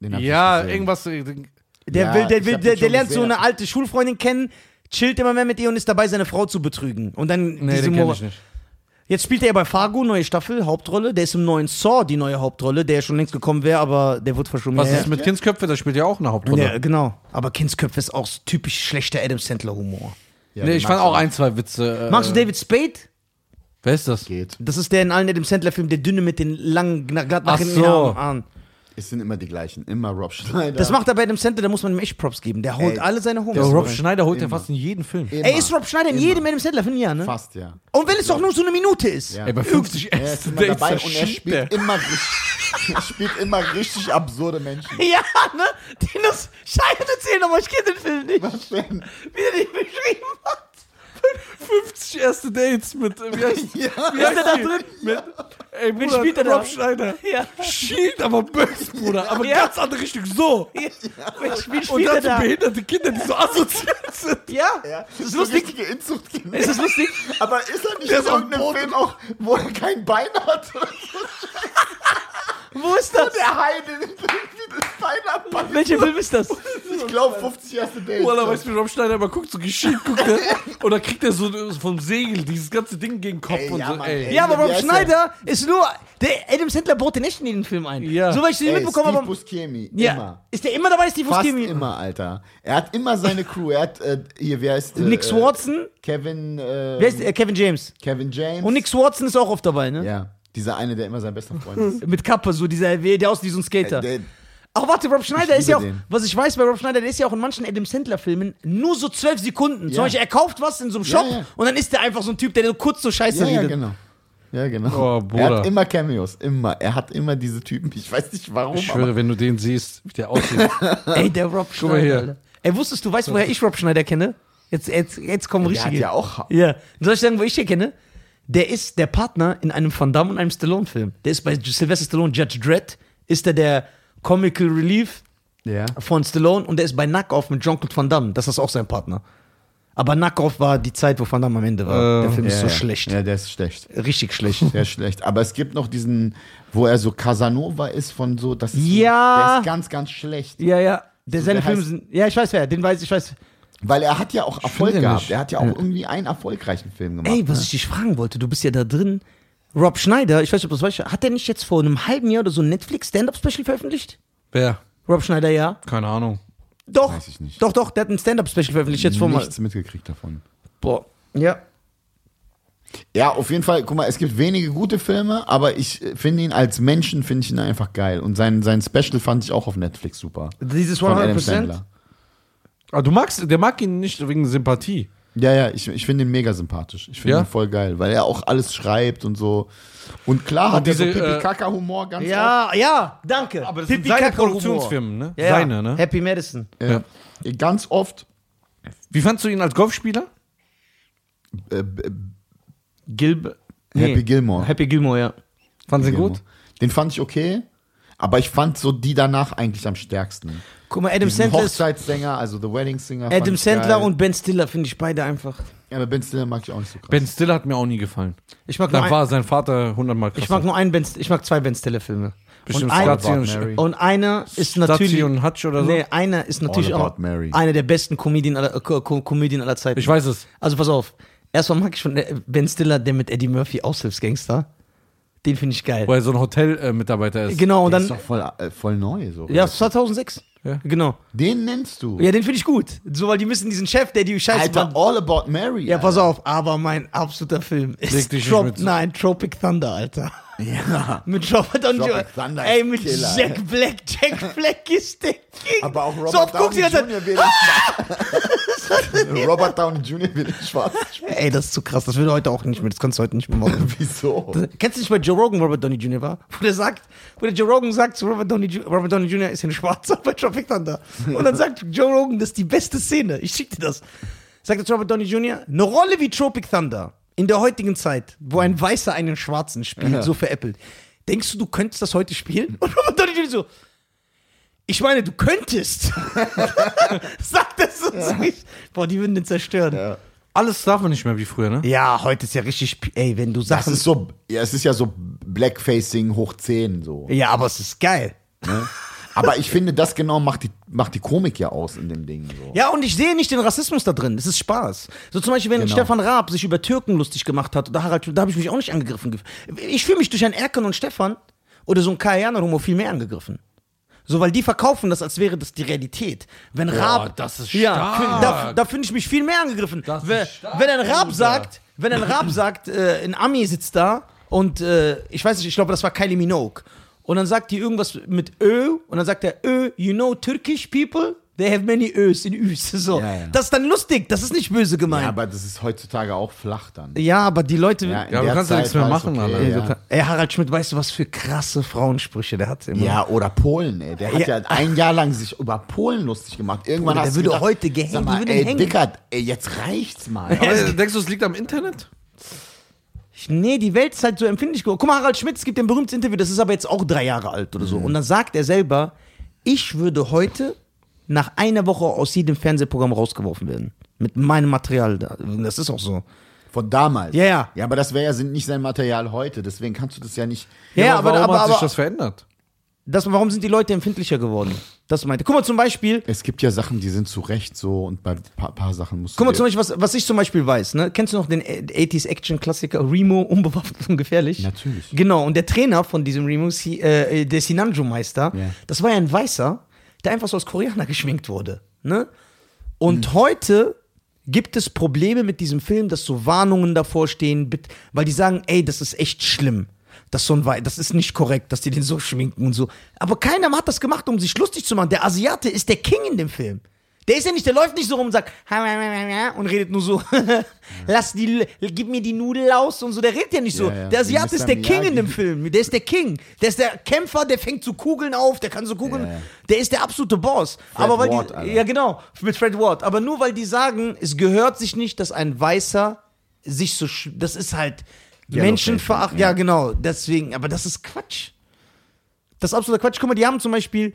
Speaker 2: den hab ich
Speaker 3: Ja,
Speaker 2: nicht gesehen.
Speaker 3: irgendwas. äh, den-
Speaker 1: Der,
Speaker 2: Ja,
Speaker 1: will, der,
Speaker 2: ich
Speaker 1: will,
Speaker 2: hab
Speaker 1: der,
Speaker 2: den
Speaker 1: der
Speaker 2: schon
Speaker 1: lernt so
Speaker 2: gesehen.
Speaker 1: eine alte Schulfreundin kennen, chillt immer mehr mit ihr und ist dabei, seine Frau zu betrügen. Und dann
Speaker 3: Nee,
Speaker 1: diese
Speaker 3: den kenn
Speaker 1: Mor-
Speaker 3: ich nicht.
Speaker 1: Jetzt spielt er ja bei Fargo, neue Staffel, Hauptrolle. Der ist im neuen Saw, die neue Hauptrolle, der ja schon längst gekommen wäre, aber der wurde verschoben.
Speaker 3: Was
Speaker 1: ja,
Speaker 3: ist mit Kindsköpfe? Das spielt ja auch eine
Speaker 1: ja.
Speaker 3: Hauptrolle.
Speaker 1: ja, genau. Aber Kindsköpfe ist auch so typisch schlechter Adam Sandler-Humor.
Speaker 2: Ja,
Speaker 3: nee,
Speaker 2: den
Speaker 3: ich
Speaker 2: mag
Speaker 3: fand auch
Speaker 2: aber-
Speaker 3: ein, zwei Witze. Äh,
Speaker 1: Magst du David Spade?
Speaker 3: Wer ist das?
Speaker 2: Geht.
Speaker 1: Das ist der in allen Adam Sandler-Filmen, der dünne mit den langen, gna- glatt nach
Speaker 3: Ach
Speaker 1: hinten
Speaker 3: so.
Speaker 1: Haaren. Armen.
Speaker 2: Es sind immer die gleichen. Immer Rob Schneider.
Speaker 1: Das macht er bei Adam Sandler, da muss man ihm echt Props geben. Der holt
Speaker 2: Ey,
Speaker 1: alle seine Humor.
Speaker 3: Ja, Rob Schneider holt ja fast in jeden Film.
Speaker 2: Immer.
Speaker 1: Ey, ist Rob Schneider in
Speaker 2: Immer.
Speaker 1: jedem Adam Sandler-Film, ja, ne?
Speaker 2: Fast, ja.
Speaker 1: Und wenn es doch nur so eine Minute ist.
Speaker 2: Ja.
Speaker 3: Ey, bei 50
Speaker 2: Er ist
Speaker 3: ersten
Speaker 2: immer
Speaker 3: Dates
Speaker 2: dabei und er
Speaker 3: zerschiebt
Speaker 2: spielt immer, richtig- (laughs) er spielt immer richtig absurde Menschen.
Speaker 1: Ja, ne? Dinos Scheiße erzählen, aber ich kenne den Film nicht.
Speaker 2: Was denn?
Speaker 1: Wie der den beschrieben hat.
Speaker 3: 50 erste Dates mit. äh,
Speaker 2: (laughs)
Speaker 3: Wie heißt,
Speaker 2: Ja.
Speaker 3: wie heißt
Speaker 1: er da
Speaker 3: die?
Speaker 1: drin?
Speaker 3: Mit, ey, Bruder,
Speaker 1: spielt er da?
Speaker 3: Rob Schneider.
Speaker 1: (laughs) Ja.
Speaker 3: Schielt aber böse, Bruder. Aber
Speaker 1: Ja.
Speaker 3: ganz andere Richtung. So.
Speaker 1: ja. Wie spielt
Speaker 3: Und
Speaker 1: er
Speaker 3: dann so
Speaker 1: da?
Speaker 3: behinderte Kinder, die so assoziiert sind.
Speaker 1: Ja.
Speaker 2: Ja.
Speaker 1: Das ist lustig.
Speaker 2: richtige Inzucht
Speaker 1: Ist das lustig?
Speaker 3: (laughs)
Speaker 2: Aber ist er nicht
Speaker 3: Der
Speaker 2: in
Speaker 3: ist auf dem
Speaker 2: irgendeinem Film auch, wo er kein Bein hat?
Speaker 1: Wo ist das?
Speaker 2: Der Heide nimmt irgendwie das Bein ab.
Speaker 1: Welcher Film ist das?
Speaker 2: Ich glaube, 50 erste Dates.
Speaker 3: Oder weißt du, wie Rob Schneider immer guckt, so geschieht, guckt er. und dann kriegt er so vom Segel dieses ganze Ding gegen den Kopf
Speaker 2: Ey,
Speaker 3: und
Speaker 2: ja,
Speaker 3: so,
Speaker 2: Mann,
Speaker 3: ey.
Speaker 2: ey.
Speaker 1: Ja, aber
Speaker 2: wie
Speaker 1: Rob
Speaker 2: heißt
Speaker 1: Schneider ist nur. Der Adam Sandler baut den echt in den Film ein.
Speaker 3: Ja.
Speaker 1: So weil ich den
Speaker 2: Ey,
Speaker 1: mitbekommen
Speaker 2: Steve
Speaker 1: habe.
Speaker 2: Buscemi,
Speaker 1: Ja.
Speaker 2: immer.
Speaker 1: Ist der immer dabei, Steve
Speaker 2: Fast
Speaker 1: Buscemi?
Speaker 2: immer, Alter. Er hat immer seine Crew. Er hat, äh, hier, wer heißt... Äh,
Speaker 1: Nick
Speaker 2: äh,
Speaker 1: Swartzen.
Speaker 2: Kevin, äh,
Speaker 1: Wer ist äh, Kevin James?
Speaker 2: Kevin James.
Speaker 1: Und Nick Swartzen ist auch oft dabei, ne?
Speaker 2: Ja, dieser eine, der immer sein bester Freund ist.
Speaker 1: Mit Kappe, so dieser, der aus wie so ein Skater.
Speaker 2: Äh, Der,
Speaker 1: Ach, warte, Rob Schneider
Speaker 2: Ich
Speaker 1: ist ja auch,
Speaker 2: liebe den.
Speaker 1: was ich weiß bei Rob Schneider, der ist ja auch in manchen Adam Sandler-Filmen nur so zwölf Sekunden. Zum
Speaker 2: Ja.
Speaker 1: Beispiel, er kauft was in so einem
Speaker 2: Ja,
Speaker 1: Shop
Speaker 2: ja.
Speaker 1: und dann ist der einfach so ein Typ, der so kurz so scheiße
Speaker 2: ja, ja,
Speaker 1: redet.
Speaker 2: genau. Ja, genau.
Speaker 3: Oh,
Speaker 2: er
Speaker 3: Bruder.
Speaker 2: hat immer Cameos, immer. Er hat immer diese Typen. Ich weiß nicht warum.
Speaker 3: Ich schwöre, wenn du den siehst, wie der (laughs) aussieht.
Speaker 2: genau.
Speaker 1: Ey, der Rob
Speaker 3: mal
Speaker 1: Schneider.
Speaker 3: hier.
Speaker 1: Alter. Ey, wusstest du, weißt du, woher ich Rob Schneider kenne? Jetzt, jetzt, jetzt kommen
Speaker 2: aber der hat
Speaker 1: richtige.
Speaker 2: ja auch.
Speaker 1: Ja. Soll ich sagen, wo ich den kenne? Der ist der Partner in einem Van Damme und einem Stallone-Film. Der ist bei Sylvester Stallone, Judge Dredd, ist er der Comical Relief
Speaker 2: Ja.
Speaker 1: von Stallone und der ist bei Knockoff mit Jean-Claude Van Damme. Das ist auch sein Partner. Aber Knockoff war die Zeit, wo Van Damme am Ende war.
Speaker 3: Äh,
Speaker 1: der Film
Speaker 2: Oh. Ja,
Speaker 1: ist so
Speaker 2: ja.
Speaker 1: schlecht.
Speaker 2: Ja, der ist schlecht.
Speaker 1: Richtig schlecht.
Speaker 2: Der ist schlecht. Aber es gibt noch diesen, wo er so Casanova ist von so, das ist
Speaker 1: Ja.
Speaker 2: so, der ist ganz, ganz schlecht.
Speaker 1: Ja, ja. Der, seine
Speaker 2: der
Speaker 1: Filme
Speaker 2: heißt-
Speaker 1: sind. Ja, ich weiß wer. Den weiß ich, weiß.
Speaker 2: Weil er hat ja auch Erfolg
Speaker 3: den
Speaker 2: gehabt.
Speaker 3: nicht.
Speaker 2: Er hat ja auch irgendwie einen erfolgreichen Film gemacht.
Speaker 1: Ey, was ich dich fragen wollte, du bist ja da drin. Rob Schneider, ich weiß nicht, ob du das weißt, hat der nicht jetzt vor einem halben Jahr oder so ein Netflix-Stand-Up-Special veröffentlicht?
Speaker 3: Wer?
Speaker 1: Rob Schneider, ja.
Speaker 3: Keine Ahnung.
Speaker 1: Doch.
Speaker 2: Weiß ich nicht.
Speaker 1: Doch, doch, der hat ein Stand-Up-Special veröffentlicht jetzt
Speaker 2: Nichts
Speaker 1: vor mal.
Speaker 2: mitgekriegt davon.
Speaker 1: Boah. Ja.
Speaker 2: Ja, auf jeden Fall, guck mal, es gibt wenige gute Filme, aber ich äh, finde ihn als Menschen, finde ich ihn einfach geil. Und sein, sein Special fand ich auch auf Netflix super.
Speaker 1: Dieses
Speaker 2: Von Adam
Speaker 1: 100%.
Speaker 2: Sandler.
Speaker 3: Aber du magst, der mag ihn nicht wegen Sympathie.
Speaker 2: Ja, ja, ich, ich finde ihn mega sympathisch. Ich finde
Speaker 3: Ja?
Speaker 2: ihn voll geil, weil er auch alles schreibt und so. Und klar hat er so
Speaker 3: diese, äh,
Speaker 2: Pipi-Kaka-Humor ganz
Speaker 1: Ja, ja, danke.
Speaker 3: Aber das
Speaker 1: Pipi
Speaker 3: sind seine
Speaker 1: Kaka Humor.
Speaker 3: Produktionsfirmen, ne?
Speaker 1: Ja, ja.
Speaker 3: Seine, ne?
Speaker 1: Happy Madison.
Speaker 2: Äh, Ganz oft
Speaker 3: Wie fandst du ihn als Golfspieler?
Speaker 2: äh, b-
Speaker 1: Gilb
Speaker 2: Happy Gilmore.
Speaker 1: Happy Gilmore, ja.
Speaker 3: Fand sie
Speaker 2: Gilmore.
Speaker 3: gut?
Speaker 2: Den fand ich okay, aber ich fand so die danach eigentlich am stärksten.
Speaker 1: Guck mal, Adam
Speaker 2: Diesen
Speaker 1: Sandler, ist,
Speaker 2: Hochzeitssänger, also The Wedding Singer. fand
Speaker 1: Adam
Speaker 2: ich
Speaker 1: Sandler
Speaker 2: geil.
Speaker 1: und Ben Stiller finde ich beide einfach.
Speaker 2: Ja, aber Ben Stiller mag ich auch nicht so krass.
Speaker 3: Ben Stiller hat mir auch nie gefallen.
Speaker 1: Ich mag nur
Speaker 3: Da
Speaker 1: ein-
Speaker 3: war sein Vater hundertmal krasser.
Speaker 1: Ich mag nur einen Ben, ich mag zwei Ben Stiller Filme.
Speaker 3: bestimmt
Speaker 1: und ein-
Speaker 3: Stazio und,
Speaker 2: Mary.
Speaker 3: Sch-
Speaker 1: Und einer ist natürlich
Speaker 3: Stazio und Hutch oder so.
Speaker 1: Nee, einer ist natürlich
Speaker 2: All
Speaker 1: auch
Speaker 2: About Mary.
Speaker 1: einer der besten Comedien aller, äh, Ko- Ko- Comedien aller Zeiten.
Speaker 3: Ich weiß es.
Speaker 1: Also pass auf. Erstmal mag ich von äh, Ben Stiller, der mit Eddie Murphy Aushilfsgangster. Den finde ich geil.
Speaker 3: Wo er so ein Hotelmitarbeiter ist.
Speaker 1: Genau, und
Speaker 2: Der ist
Speaker 1: dann
Speaker 2: doch voll, äh, voll neu. So
Speaker 1: ja, 2006.
Speaker 3: Ja.
Speaker 1: Genau.
Speaker 2: Den nennst du.
Speaker 1: Ja, den finde ich gut. So, weil die müssen diesen Chef, der die Scheiße
Speaker 2: Alter,
Speaker 1: macht.
Speaker 2: All About Mary.
Speaker 1: Ja, pass
Speaker 2: Alter.
Speaker 1: auf, aber mein absoluter Film
Speaker 3: Leg
Speaker 1: ist
Speaker 3: dich nicht
Speaker 1: Trop
Speaker 3: mit so-
Speaker 1: Nein, Tropic Thunder, Alter. (laughs)
Speaker 2: Ja.
Speaker 1: Mit Robert Downey
Speaker 2: Tropic
Speaker 1: Jr.
Speaker 2: Thunder
Speaker 1: Ey,
Speaker 2: ist
Speaker 1: mit
Speaker 2: Killer,
Speaker 1: Jack
Speaker 2: ey.
Speaker 1: Black.
Speaker 2: (laughs)
Speaker 1: Jack Black ist der King.
Speaker 2: Aber auch
Speaker 1: so,
Speaker 2: Robert
Speaker 1: oft guckst du
Speaker 2: Downey
Speaker 1: die ganze Zeit, (laughs)
Speaker 2: Jr. will den (laughs) Schwarz- Robert Downey Jr. will den schwarz.
Speaker 1: Ey, das ist zu krass. Das will heute auch nicht mehr. Das kannst du heute nicht mehr machen.
Speaker 2: (laughs) Wieso?
Speaker 1: Kennst du nicht bei Joe Rogan, Robert Downey Jr. war? Wo der sagt, wo der Joe Rogan sagt zu Robert Downey, Ju- Robert Downey Jr. ist ein Schwarzer bei Tropic Thunder. Und dann sagt Joe Rogan, das ist die beste Szene. Ich schick dir das. Sagt er zu Robert Downey Jr., eine Rolle wie Tropic Thunder in der heutigen Zeit, wo ein Weißer einen Schwarzen spielt, so veräppelt. Denkst du, du könntest das heute spielen? Und Robert Downey Jr. so, ich meine, du könntest. (laughs) Sagt das so zu sich. Boah, die würden den zerstören. Ja.
Speaker 3: Alles darf man nicht mehr wie früher, ne?
Speaker 1: heute ist ja richtig, sp- ey, wenn du
Speaker 2: Das
Speaker 1: Sachen
Speaker 2: ist so, ja, es ist ja so Blackfacing hoch 10 so.
Speaker 1: Ja, aber es ist geil.
Speaker 2: Ne? Aber ich finde, das genau macht die, macht die Komik ja aus in dem Ding. So.
Speaker 1: Ja, und ich sehe nicht den Rassismus da drin. Es ist Spaß. So zum Beispiel, wenn
Speaker 2: Genau.
Speaker 1: Stefan Raab sich über Türken lustig gemacht hat oder Harald, Schmidt, da habe ich mich auch nicht angegriffen. gef- Ich fühle mich durch einen Erkan und Stefan oder so ein Kayaner-Homo viel mehr angegriffen. So, weil die verkaufen das, als wäre das die Realität. Wenn Raab.
Speaker 3: das ist
Speaker 1: Ja,
Speaker 3: stark.
Speaker 1: da, da finde ich mich viel mehr angegriffen.
Speaker 3: Das ist
Speaker 1: wenn,
Speaker 3: stark,
Speaker 1: wenn ein Raab
Speaker 3: Bruder.
Speaker 1: sagt, wenn ein Raab sagt, äh, ein Ami sitzt da und äh, ich weiß nicht, ich glaube, das war Kylie Minogue. Und dann sagt die irgendwas mit Ö und dann sagt er Ö, you know Turkish people, they have many Ös in Üs. (laughs) So.
Speaker 2: Ja, ja.
Speaker 1: Das ist dann lustig, das ist nicht böse
Speaker 2: Ja,
Speaker 1: gemeint.
Speaker 2: aber das ist heutzutage auch flach dann.
Speaker 1: Ja, aber die Leute.
Speaker 2: in
Speaker 3: Ja, aber
Speaker 2: der
Speaker 3: du kannst ja
Speaker 2: Zeit
Speaker 3: nichts mehr
Speaker 2: war es
Speaker 3: machen, Alter.
Speaker 1: Ey,
Speaker 2: okay, ja.
Speaker 1: total- Ey, Harald Schmidt, weißt du, was für krasse Frauensprüche der hat immer.
Speaker 2: Ja, oder Polen, ey. Der hat
Speaker 1: Ja.
Speaker 2: ja, ein Jahr lang sich über Polen lustig gemacht. Irgendwann
Speaker 1: Bruder,
Speaker 2: hast
Speaker 1: der würde
Speaker 2: du gedacht,
Speaker 1: heute gehängt,
Speaker 2: sag
Speaker 1: die
Speaker 2: mal,
Speaker 1: würden
Speaker 2: ey,
Speaker 1: hängen.
Speaker 2: Dickert, ey, jetzt reicht's mal.
Speaker 3: Aber denkst du, es liegt am Internet?
Speaker 1: Ich- Nee, die Welt ist halt so empfindlich geworden. Guck mal, Harald Schmitz gibt ein berühmtes Interview, das ist aber jetzt auch drei Jahre alt oder so.
Speaker 2: Mhm.
Speaker 1: Und dann sagt er selber, ich würde heute nach einer Woche aus jedem Fernsehprogramm rausgeworfen werden. Mit meinem Material. da. Das ist auch so.
Speaker 2: Von damals.
Speaker 1: Ja, ja.
Speaker 2: Ja, aber das wäre ja sind nicht sein Material heute. Deswegen kannst du das ja nicht.
Speaker 1: Ja,
Speaker 3: Ja,
Speaker 1: aber,
Speaker 3: warum
Speaker 1: aber,
Speaker 3: hat
Speaker 1: aber
Speaker 3: sich das verändert?
Speaker 1: das, warum sind die Leute empfindlicher geworden? Das meinte. Guck mal zum Beispiel,
Speaker 2: Es gibt ja Sachen, die sind zu Recht so und bei ein paar, paar Sachen musst du.
Speaker 1: guck mal
Speaker 2: dir-
Speaker 1: zum Beispiel, was, was ich zum Beispiel weiß, ne? Kennst du noch den 80s Action-Klassiker Remo, unbewaffnet und gefährlich?
Speaker 2: Natürlich.
Speaker 1: Genau, und der Trainer von diesem Remo, Si- äh, der Sinanjo-Meister,
Speaker 2: Ja.
Speaker 1: das war ja ein Weißer, der einfach so als Koreaner (laughs) geschminkt wurde. Ne? Und
Speaker 2: Mhm.
Speaker 1: heute gibt es Probleme mit diesem Film, dass so Warnungen davor stehen, bit- weil die sagen, ey, das ist echt schlimm. Das, so ein Wei- das ist nicht korrekt, dass die den so schminken und so. Aber keiner hat das gemacht, um sich lustig zu machen. Der Asiate ist der King in dem Film. Der ist ja nicht, der läuft nicht so rum und sagt und redet nur so. (laughs) Lass die, gib mir die Nudel aus und so. Der redet ja nicht so.
Speaker 2: Ja, ja.
Speaker 1: Der Asiat
Speaker 2: Wie
Speaker 1: ist der
Speaker 2: Mr.
Speaker 1: King in
Speaker 2: Miyagi.
Speaker 1: dem Film. Der ist der King. Der ist der Kämpfer. Der fängt so Kugeln auf. Der kann so Kugeln.
Speaker 2: Ja, ja.
Speaker 1: Der ist der absolute Boss. Aber weil
Speaker 2: Ward,
Speaker 1: die,
Speaker 2: Alter.
Speaker 1: ja genau mit Fred Ward. Aber nur weil die sagen, es gehört sich nicht, dass ein Weißer sich so, sch- das ist halt Menschenveracht. Ja. genau. Deswegen. Aber das ist Quatsch. Das ist absoluter Quatsch. Guck mal, die haben zum Beispiel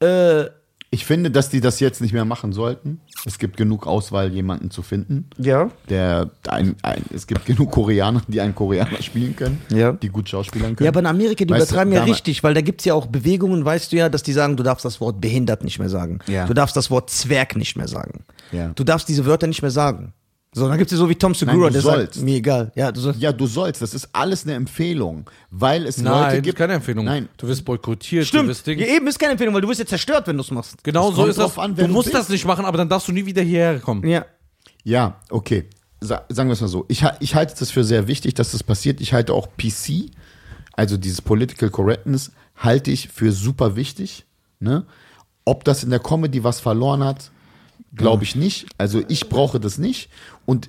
Speaker 1: äh,
Speaker 2: Ich finde, dass die das jetzt nicht mehr machen sollten. Es gibt genug Auswahl, jemanden zu finden.
Speaker 1: ja.
Speaker 2: Der ein, ein, es gibt genug Koreaner, die einen Koreaner spielen können,
Speaker 1: Ja.
Speaker 2: die gut schauspielern können.
Speaker 1: Ja, aber in Amerika, die
Speaker 2: Weißt du,
Speaker 1: übertreiben ja
Speaker 2: damals-
Speaker 1: richtig, weil da gibt's ja auch Bewegungen, weißt du ja, dass die sagen, du darfst das Wort behindert nicht mehr sagen.
Speaker 2: Ja.
Speaker 1: Du darfst das Wort Zwerg nicht mehr sagen.
Speaker 2: Ja.
Speaker 1: Du darfst diese Wörter nicht mehr sagen. So, dann gibt's ja so wie Tom Segura,
Speaker 2: du
Speaker 1: der sagt,
Speaker 2: sollst.
Speaker 1: mir egal. Ja, du sollst.
Speaker 2: Ja, du sollst. Das ist alles eine Empfehlung, weil es Leute
Speaker 3: Nein,
Speaker 2: gibt.
Speaker 3: keine Empfehlung.
Speaker 2: Nein,
Speaker 3: Du wirst boykottiert, du
Speaker 1: Stimmt,
Speaker 3: wirst
Speaker 1: ja,
Speaker 3: Ding.
Speaker 1: eben ist keine Empfehlung, weil du wirst ja zerstört, wenn du's machst.
Speaker 3: Genau so
Speaker 2: kommt
Speaker 3: ist das.
Speaker 2: drauf an,
Speaker 3: du
Speaker 2: wer du
Speaker 3: musst das
Speaker 2: bist.
Speaker 3: nicht machen, aber dann darfst du nie wieder hierher kommen.
Speaker 1: Ja.
Speaker 2: Ja, okay. Sa sagen wir es mal so. Ich, ha- ich halte das für sehr wichtig, dass das passiert. Ich halte auch PC, also dieses Political Correctness, halte ich für super wichtig. Ne? Ob das in der Comedy was verloren hat, glaube ich nicht. Also ich brauche das nicht. Und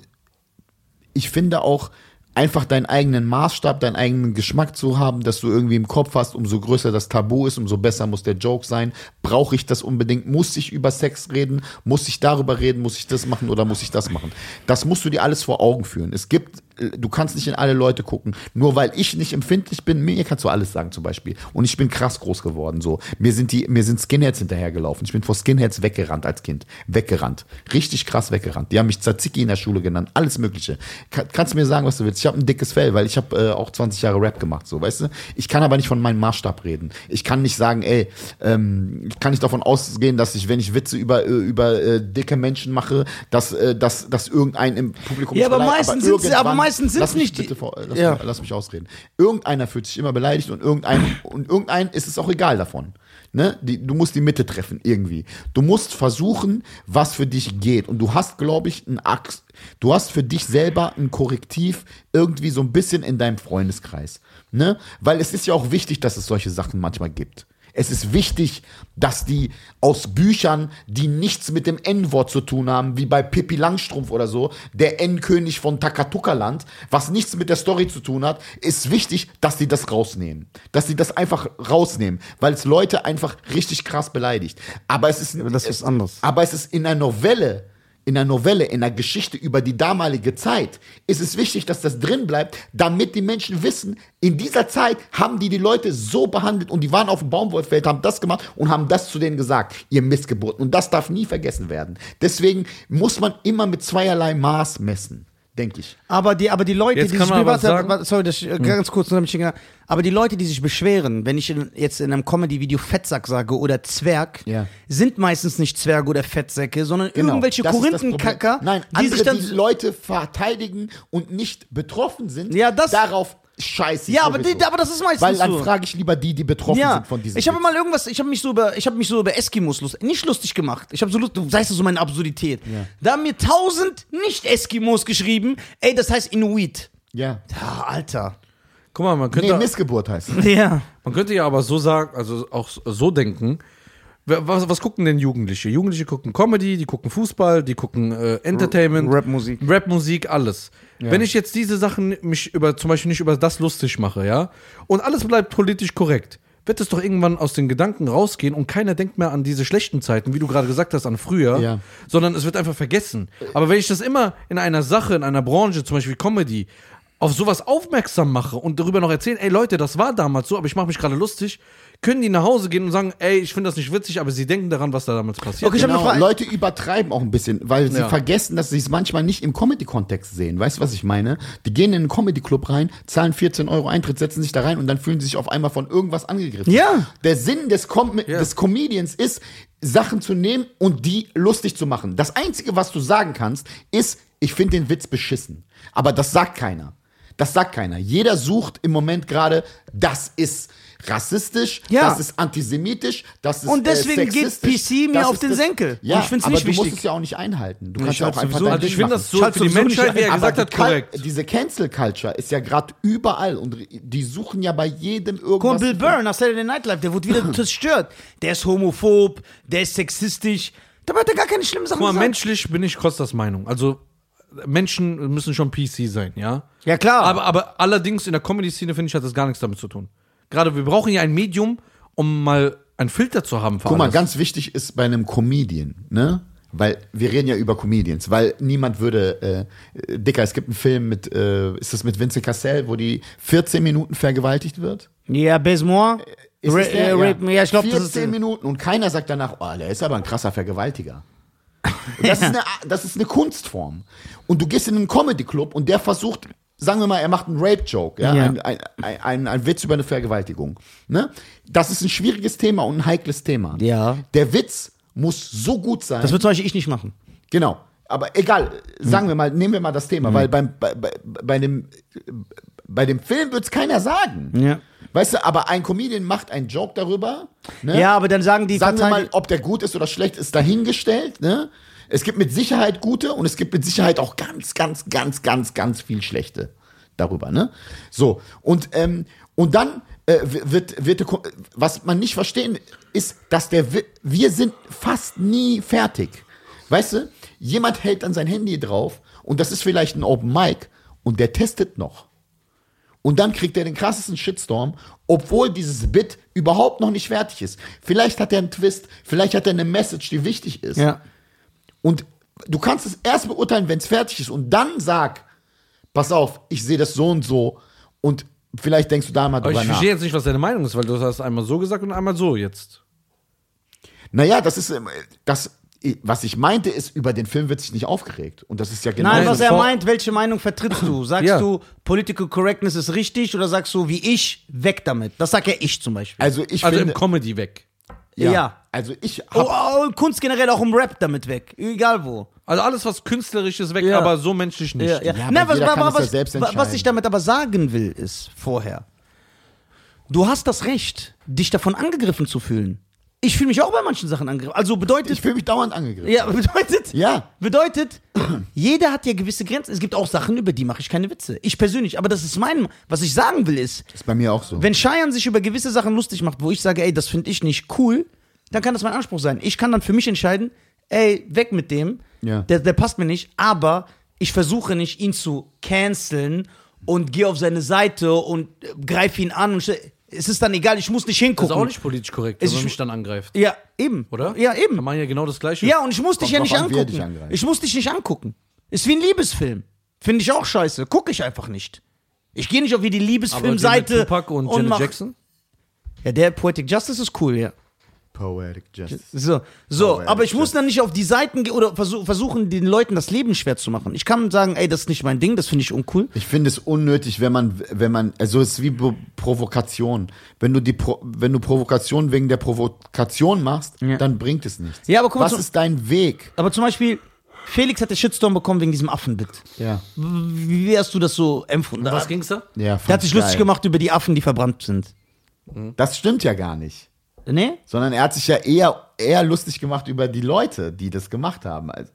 Speaker 2: ich finde auch einfach deinen eigenen Maßstab, deinen eigenen Geschmack zu haben, dass du irgendwie im Kopf hast, umso größer das Tabu ist, umso besser muss der Joke sein. Brauche ich das unbedingt? Muss ich über Sex reden? Muss ich darüber reden? Muss ich das machen oder muss ich das machen? Das musst du dir alles vor Augen führen. Es gibt, äh, du kannst nicht in alle Leute gucken. Nur weil ich nicht empfindlich bin, mir kannst du alles sagen zum Beispiel. Und ich bin krass groß geworden so. Mir sind die, mir sind Skinheads hinterhergelaufen. Ich bin vor Skinheads weggerannt als Kind. Weggerannt. Richtig krass weggerannt. Die haben mich Tzatziki in der Schule genannt. Alles mögliche. Ka- kannst du mir sagen, was du willst. Ich habe ein dickes Fell, weil ich habe äh, auch 20 Jahre Rap gemacht, so, weißt du? Ich kann aber nicht von meinem Maßstab reden. Ich kann nicht sagen, ey, ähm, ich kann nicht davon ausgehen, dass ich, wenn ich Witze über, äh, über äh, dicke Menschen mache, dass, äh, dass, dass irgendein im Publikum
Speaker 1: Ja,
Speaker 2: mich
Speaker 1: aber
Speaker 2: beleidigt.
Speaker 1: meistens sind's-
Speaker 2: irgendwann-
Speaker 1: aber meistens sind's
Speaker 2: Lass mich
Speaker 1: nicht die-
Speaker 2: bitte vor- äh, Lass,
Speaker 1: Ja.
Speaker 2: mich, lass mich ausreden. Irgendeiner fühlt sich immer beleidigt und irgendein, und irgendein ist es auch egal davon. Ne? Die, du musst die Mitte treffen, irgendwie. Du musst versuchen, was für dich geht. Und du hast, glaube ich, ein Axt. Du hast für dich selber ein Korrektiv irgendwie so ein bisschen in deinem Freundeskreis. Ne? Weil es ist ja auch wichtig, dass es solche Sachen manchmal gibt. Es ist wichtig, dass die aus Büchern, die nichts mit dem N-Wort zu tun haben, wie bei Pippi Langstrumpf oder so, der N-König von Takatuka-Land, was nichts mit der Story zu tun hat, ist wichtig, dass die das rausnehmen. Dass die das einfach rausnehmen, weil es Leute einfach richtig krass beleidigt. Aber es ist,
Speaker 1: das ist
Speaker 2: es-
Speaker 1: anders.
Speaker 2: aber es ist in einer Novelle, in einer Novelle, in einer Geschichte über die damalige Zeit, ist es wichtig, dass das drin bleibt, damit die Menschen wissen, in dieser Zeit haben die die Leute so behandelt und die waren auf dem Baumwollfeld, haben das gemacht und haben das zu denen gesagt, ihr Missgeburten. Und das darf nie vergessen werden. Deswegen muss man immer mit zweierlei Maß messen, denke ich.
Speaker 1: Aber die, aber die Leute,
Speaker 3: Jetzt
Speaker 1: die
Speaker 3: kann
Speaker 1: sich
Speaker 3: man aber
Speaker 1: warte,
Speaker 3: sagen-
Speaker 1: warte, sorry, das,
Speaker 2: Hm.
Speaker 1: äh, ganz kurz, nur damit ich den- aber die Leute, die sich beschweren, wenn ich in, jetzt in einem Comedy-Video Fettsack sage oder Zwerg,
Speaker 2: Ja.
Speaker 1: sind meistens nicht Zwerge oder Fettsäcke, sondern irgendwelche
Speaker 2: Genau. das ist das
Speaker 1: Korinthenkacker,
Speaker 2: Problem. Nein,
Speaker 1: die
Speaker 2: andere,
Speaker 1: sich dann
Speaker 2: die Leute verteidigen und nicht betroffen sind,
Speaker 1: Ja, das-
Speaker 2: darauf scheiße ich
Speaker 1: Ja, aber
Speaker 2: sowieso.
Speaker 1: die- aber das ist meistens
Speaker 2: Weil dann
Speaker 1: so.
Speaker 2: frage ich lieber die, die betroffen sind von diesem
Speaker 1: Ich habe
Speaker 2: Witz.
Speaker 1: mal irgendwas, ich habe mich so über, ich habe mich so über Eskimos lust, nicht lustig gemacht. Ich habe so lust, du weißt ja so meine Absurdität. Da haben mir tausend Nicht-Eskimos geschrieben, ey, das heißt Inuit.
Speaker 2: Ja.
Speaker 1: Ja, Alter.
Speaker 3: Guck mal, man
Speaker 2: Nee,
Speaker 3: könnte,
Speaker 2: Missgeburt heißt. es.
Speaker 1: Ja.
Speaker 3: man könnte ja aber so sagen, also auch so denken. Wer- Was, was gucken denn Jugendliche? Jugendliche gucken Comedy, die gucken Fußball, die gucken äh, Entertainment,
Speaker 1: R- Rapmusik.
Speaker 3: Rapmusik, alles. Wenn ich jetzt diese Sachen mich über zum Beispiel nicht über das lustig mache, ja, und alles bleibt politisch korrekt, wird es doch irgendwann aus den Gedanken rausgehen und keiner denkt mehr an diese schlechten Zeiten, wie du gerade gesagt hast, an früher,
Speaker 2: Ja.
Speaker 3: sondern es wird einfach vergessen. Aber wenn ich das immer in einer Sache, in einer Branche, zum Beispiel Comedy, auf sowas aufmerksam mache und darüber noch erzählen, ey Leute, das war damals so, aber ich mache mich gerade lustig, können die nach Hause gehen und sagen, ey, ich finde das nicht witzig, aber sie denken daran, was da damals passiert
Speaker 1: Okay, ich hab
Speaker 3: ist.
Speaker 1: eine
Speaker 2: Genau,
Speaker 1: Frage.
Speaker 2: Leute übertreiben auch ein bisschen, weil sie
Speaker 3: Ja.
Speaker 2: vergessen, dass sie es manchmal nicht im Comedy-Kontext sehen. Weißt du, was ich meine? Die gehen in einen Comedy-Club rein, zahlen 14 Euro Eintritt, setzen sich da rein und dann fühlen sie sich auf einmal von irgendwas angegriffen.
Speaker 1: Ja.
Speaker 2: Der Sinn des, Com
Speaker 3: Ja.
Speaker 2: des Comedians ist, Sachen zu nehmen und die lustig zu machen. Das Einzige, was du sagen kannst, ist, ich finde den Witz beschissen. Aber das sagt keiner. Das sagt keiner. Jeder sucht im Moment gerade, das ist rassistisch,
Speaker 1: Ja.
Speaker 2: das ist antisemitisch, das ist
Speaker 1: Und deswegen
Speaker 2: äh,
Speaker 1: geht PC
Speaker 2: sexistisch,
Speaker 1: mir
Speaker 2: das
Speaker 1: auf
Speaker 2: ist
Speaker 1: den
Speaker 2: das-
Speaker 1: Senkel. Und
Speaker 2: Ja,
Speaker 1: ich find's
Speaker 2: aber
Speaker 1: nicht
Speaker 2: du
Speaker 1: wichtig.
Speaker 2: musst es ja auch nicht einhalten. Du
Speaker 1: Ich
Speaker 2: kannst ja auch
Speaker 1: hab's
Speaker 2: einfach
Speaker 1: sowieso-
Speaker 2: dein
Speaker 3: Also
Speaker 2: Ding
Speaker 3: ich finde
Speaker 2: machen.
Speaker 3: das so
Speaker 1: Ich halte
Speaker 3: für die
Speaker 1: sowieso nicht
Speaker 3: Menschheit, wie er
Speaker 1: ein,
Speaker 3: gesagt
Speaker 2: Aber
Speaker 3: hat,
Speaker 2: die Kal-
Speaker 3: korrekt.
Speaker 2: Diese Cancel Culture ist ja gerade überall und die suchen ja bei jedem
Speaker 1: Guck mal,
Speaker 2: irgendwas.
Speaker 1: Bill Byrne nach Saturday Night Live, der wurde wieder zerstört. Der ist homophob, der ist sexistisch. Dabei hat er gar keine schlimmen Sachen
Speaker 3: Guck mal,
Speaker 1: gesagt.
Speaker 3: menschlich bin ich Kostas Meinung. Also Menschen müssen schon PC sein, ja.
Speaker 1: Ja, klar.
Speaker 3: Aber, aber allerdings in der Comedy-Szene, finde ich, hat das gar nichts damit zu tun. Gerade wir brauchen ja ein Medium, um mal einen Filter zu haben. Für
Speaker 2: Guck mal,
Speaker 3: alles.
Speaker 2: ganz wichtig ist bei einem Comedian, ne? Weil wir reden ja über Comedians, weil niemand würde, äh, äh, Dicker, es gibt einen Film mit, äh, ist das mit Vincent Cassell, wo die 14 Minuten vergewaltigt wird?
Speaker 1: ja, Besmore.
Speaker 2: Ist
Speaker 1: Ra
Speaker 2: es der?
Speaker 1: äh, Rape Me. Ja, ich glaube, das
Speaker 2: 14
Speaker 1: ist.
Speaker 2: Minuten und keiner sagt danach, oh, der ist aber ein
Speaker 1: (laughs)
Speaker 2: krasser Vergewaltiger. Und Das, ist eine, das ist eine Kunstform. Und du gehst in einen Comedy-Club und der versucht, sagen wir mal, er macht einen Rape-Joke, ja,
Speaker 1: Ja.
Speaker 2: Ein, ein, ein, ein, ein Witz über eine Vergewaltigung. Ne? Das ist ein schwieriges Thema und ein heikles Thema.
Speaker 1: Ja.
Speaker 2: Der Witz muss so gut sein.
Speaker 1: Das wird zum Beispiel ich nicht machen.
Speaker 2: Genau. Aber egal, sagen wir mal, nehmen wir mal das
Speaker 1: Mhm.
Speaker 2: Thema, weil beim, bei, bei, bei, dem, bei dem Film wird es keiner sagen.
Speaker 1: Ja.
Speaker 2: Weißt du, aber ein Comedian macht einen Joke darüber. Ne?
Speaker 1: Ja, aber dann sagen die
Speaker 2: sagen wir
Speaker 1: verteidigen-
Speaker 2: mal, ob der gut ist oder schlecht, ist dahingestellt. Ne? Es gibt mit Sicherheit gute und es gibt mit Sicherheit auch ganz, ganz, ganz, ganz, ganz viel schlechte darüber. Ne? So, und, ähm, und dann äh, wird, wird, der Ko- was man nicht verstehen ist, dass der, Wi- wir sind fast nie fertig. Weißt du, jemand hält dann sein Handy drauf und das ist vielleicht ein Open Mic und der testet noch. Und dann kriegt er den krassesten Shitstorm, obwohl dieses Bit überhaupt noch nicht fertig ist. Vielleicht hat er einen Twist, vielleicht hat er eine Message, die wichtig ist.
Speaker 1: Ja.
Speaker 2: Und du kannst es erst beurteilen, wenn es fertig ist. Und dann sag, pass auf, ich sehe das so und so. Und vielleicht denkst du da mal
Speaker 3: aber
Speaker 2: drüber
Speaker 3: ich
Speaker 2: nach.
Speaker 3: verstehe jetzt nicht, was deine Meinung ist, weil du hast einmal so gesagt und einmal so jetzt.
Speaker 2: Naja, das ist, ähm, das, was ich meinte, ist, über den Film wird sich nicht aufgeregt. Und das ist ja genau
Speaker 1: Nein,
Speaker 3: Nein,
Speaker 1: was er
Speaker 3: vor-
Speaker 1: meint, welche Meinung vertrittst du? Sagst
Speaker 3: Ja.
Speaker 1: du, Political Correctness ist richtig oder sagst du, wie ich, weg damit? Das sagt ja ich zum Beispiel.
Speaker 2: Also ich
Speaker 3: Also
Speaker 2: finde,
Speaker 3: im Comedy weg.
Speaker 2: ja,
Speaker 1: ja.
Speaker 2: Also ich hab,
Speaker 1: Oh, oh, Kunst generell auch im Rap damit weg. Egal wo.
Speaker 3: Also alles, was künstlerisch ist, weg,
Speaker 1: Ja.
Speaker 3: aber so menschlich nicht.
Speaker 1: Ja, ja.
Speaker 2: Ja,
Speaker 1: Na,
Speaker 2: aber
Speaker 1: was,
Speaker 2: jeder kann
Speaker 1: wa-
Speaker 2: es ja
Speaker 1: was,
Speaker 2: selbst
Speaker 1: wa- was
Speaker 2: entscheiden.
Speaker 1: ich damit aber sagen will, ist vorher, du hast das Recht, dich davon angegriffen zu fühlen. Ich fühle mich auch bei manchen Sachen angegriffen. Also
Speaker 2: ich
Speaker 1: bedeutet,
Speaker 2: fühle mich dauernd angegriffen.
Speaker 1: ja, (laughs) bedeutet,
Speaker 2: Ja.
Speaker 1: bedeutet, jeder hat ja gewisse Grenzen. Es gibt auch Sachen, über die mache ich keine Witze. Ich persönlich, aber das ist mein, was ich sagen will, ist,
Speaker 2: Ist bei mir auch so.
Speaker 1: wenn Cheyenne sich über gewisse Sachen lustig macht, wo ich sage, ey, das finde ich nicht cool, dann kann das mein Anspruch sein. Ich kann dann für mich entscheiden, ey, weg mit dem,
Speaker 2: Ja.
Speaker 1: der, der passt mir nicht, aber ich versuche nicht, ihn zu canceln und gehe auf seine Seite und äh, greife ihn an. Und stell- es ist dann egal, ich muss nicht
Speaker 3: Das
Speaker 1: hingucken.
Speaker 3: ist auch nicht politisch korrekt,
Speaker 1: Es
Speaker 3: wenn man
Speaker 1: ist-
Speaker 3: mich dann angreift.
Speaker 1: ja, eben.
Speaker 3: Oder?
Speaker 1: Ja,
Speaker 3: Dann
Speaker 1: eben.
Speaker 3: machen ja genau das Gleiche.
Speaker 1: Ja, und ich muss dich ja
Speaker 2: drauf
Speaker 1: nicht
Speaker 2: an, wer dich
Speaker 1: angucken.
Speaker 2: angreift.
Speaker 1: Ich muss dich nicht angucken. Ist wie ein Liebesfilm. Finde ich auch scheiße. Gucke ich einfach nicht. Ich gehe nicht auf wie die
Speaker 3: aber den mit
Speaker 1: Liebesfilmseite.
Speaker 3: Tupac und, Janet
Speaker 1: mach-
Speaker 3: Jackson.
Speaker 1: Ja, der Poetic Justice ist cool, ja.
Speaker 2: Poetic Justice.
Speaker 1: So, so
Speaker 2: Aber ja,
Speaker 1: aber ich
Speaker 2: stimmt.
Speaker 1: muss dann nicht auf die Seiten gehen oder versuch, versuchen, den Leuten das Leben schwer zu machen. Ich kann sagen, ey, das ist nicht mein Ding, das finde ich uncool.
Speaker 2: Ich finde es unnötig, wenn man, wenn man, also es ist wie Pro- Provokation. Wenn du die, Pro, wenn du Provokation wegen der Provokation machst,
Speaker 1: Ja.
Speaker 2: dann bringt es nichts.
Speaker 1: Ja, aber guck mal
Speaker 2: Was
Speaker 1: zu-
Speaker 2: ist dein Weg?
Speaker 1: Aber zum Beispiel, Felix hat den Shitstorm bekommen wegen diesem Affenbit.
Speaker 2: Ja,
Speaker 1: Wie wie hast du das so empfunden?
Speaker 3: Was ging's da?
Speaker 2: ja.
Speaker 1: Der hat sich lustig gemacht über die Affen, die verbrannt sind.
Speaker 2: Das stimmt ja gar nicht,
Speaker 1: Nee?
Speaker 2: sondern er hat sich ja eher, eher lustig gemacht über die Leute, die das gemacht haben. Also,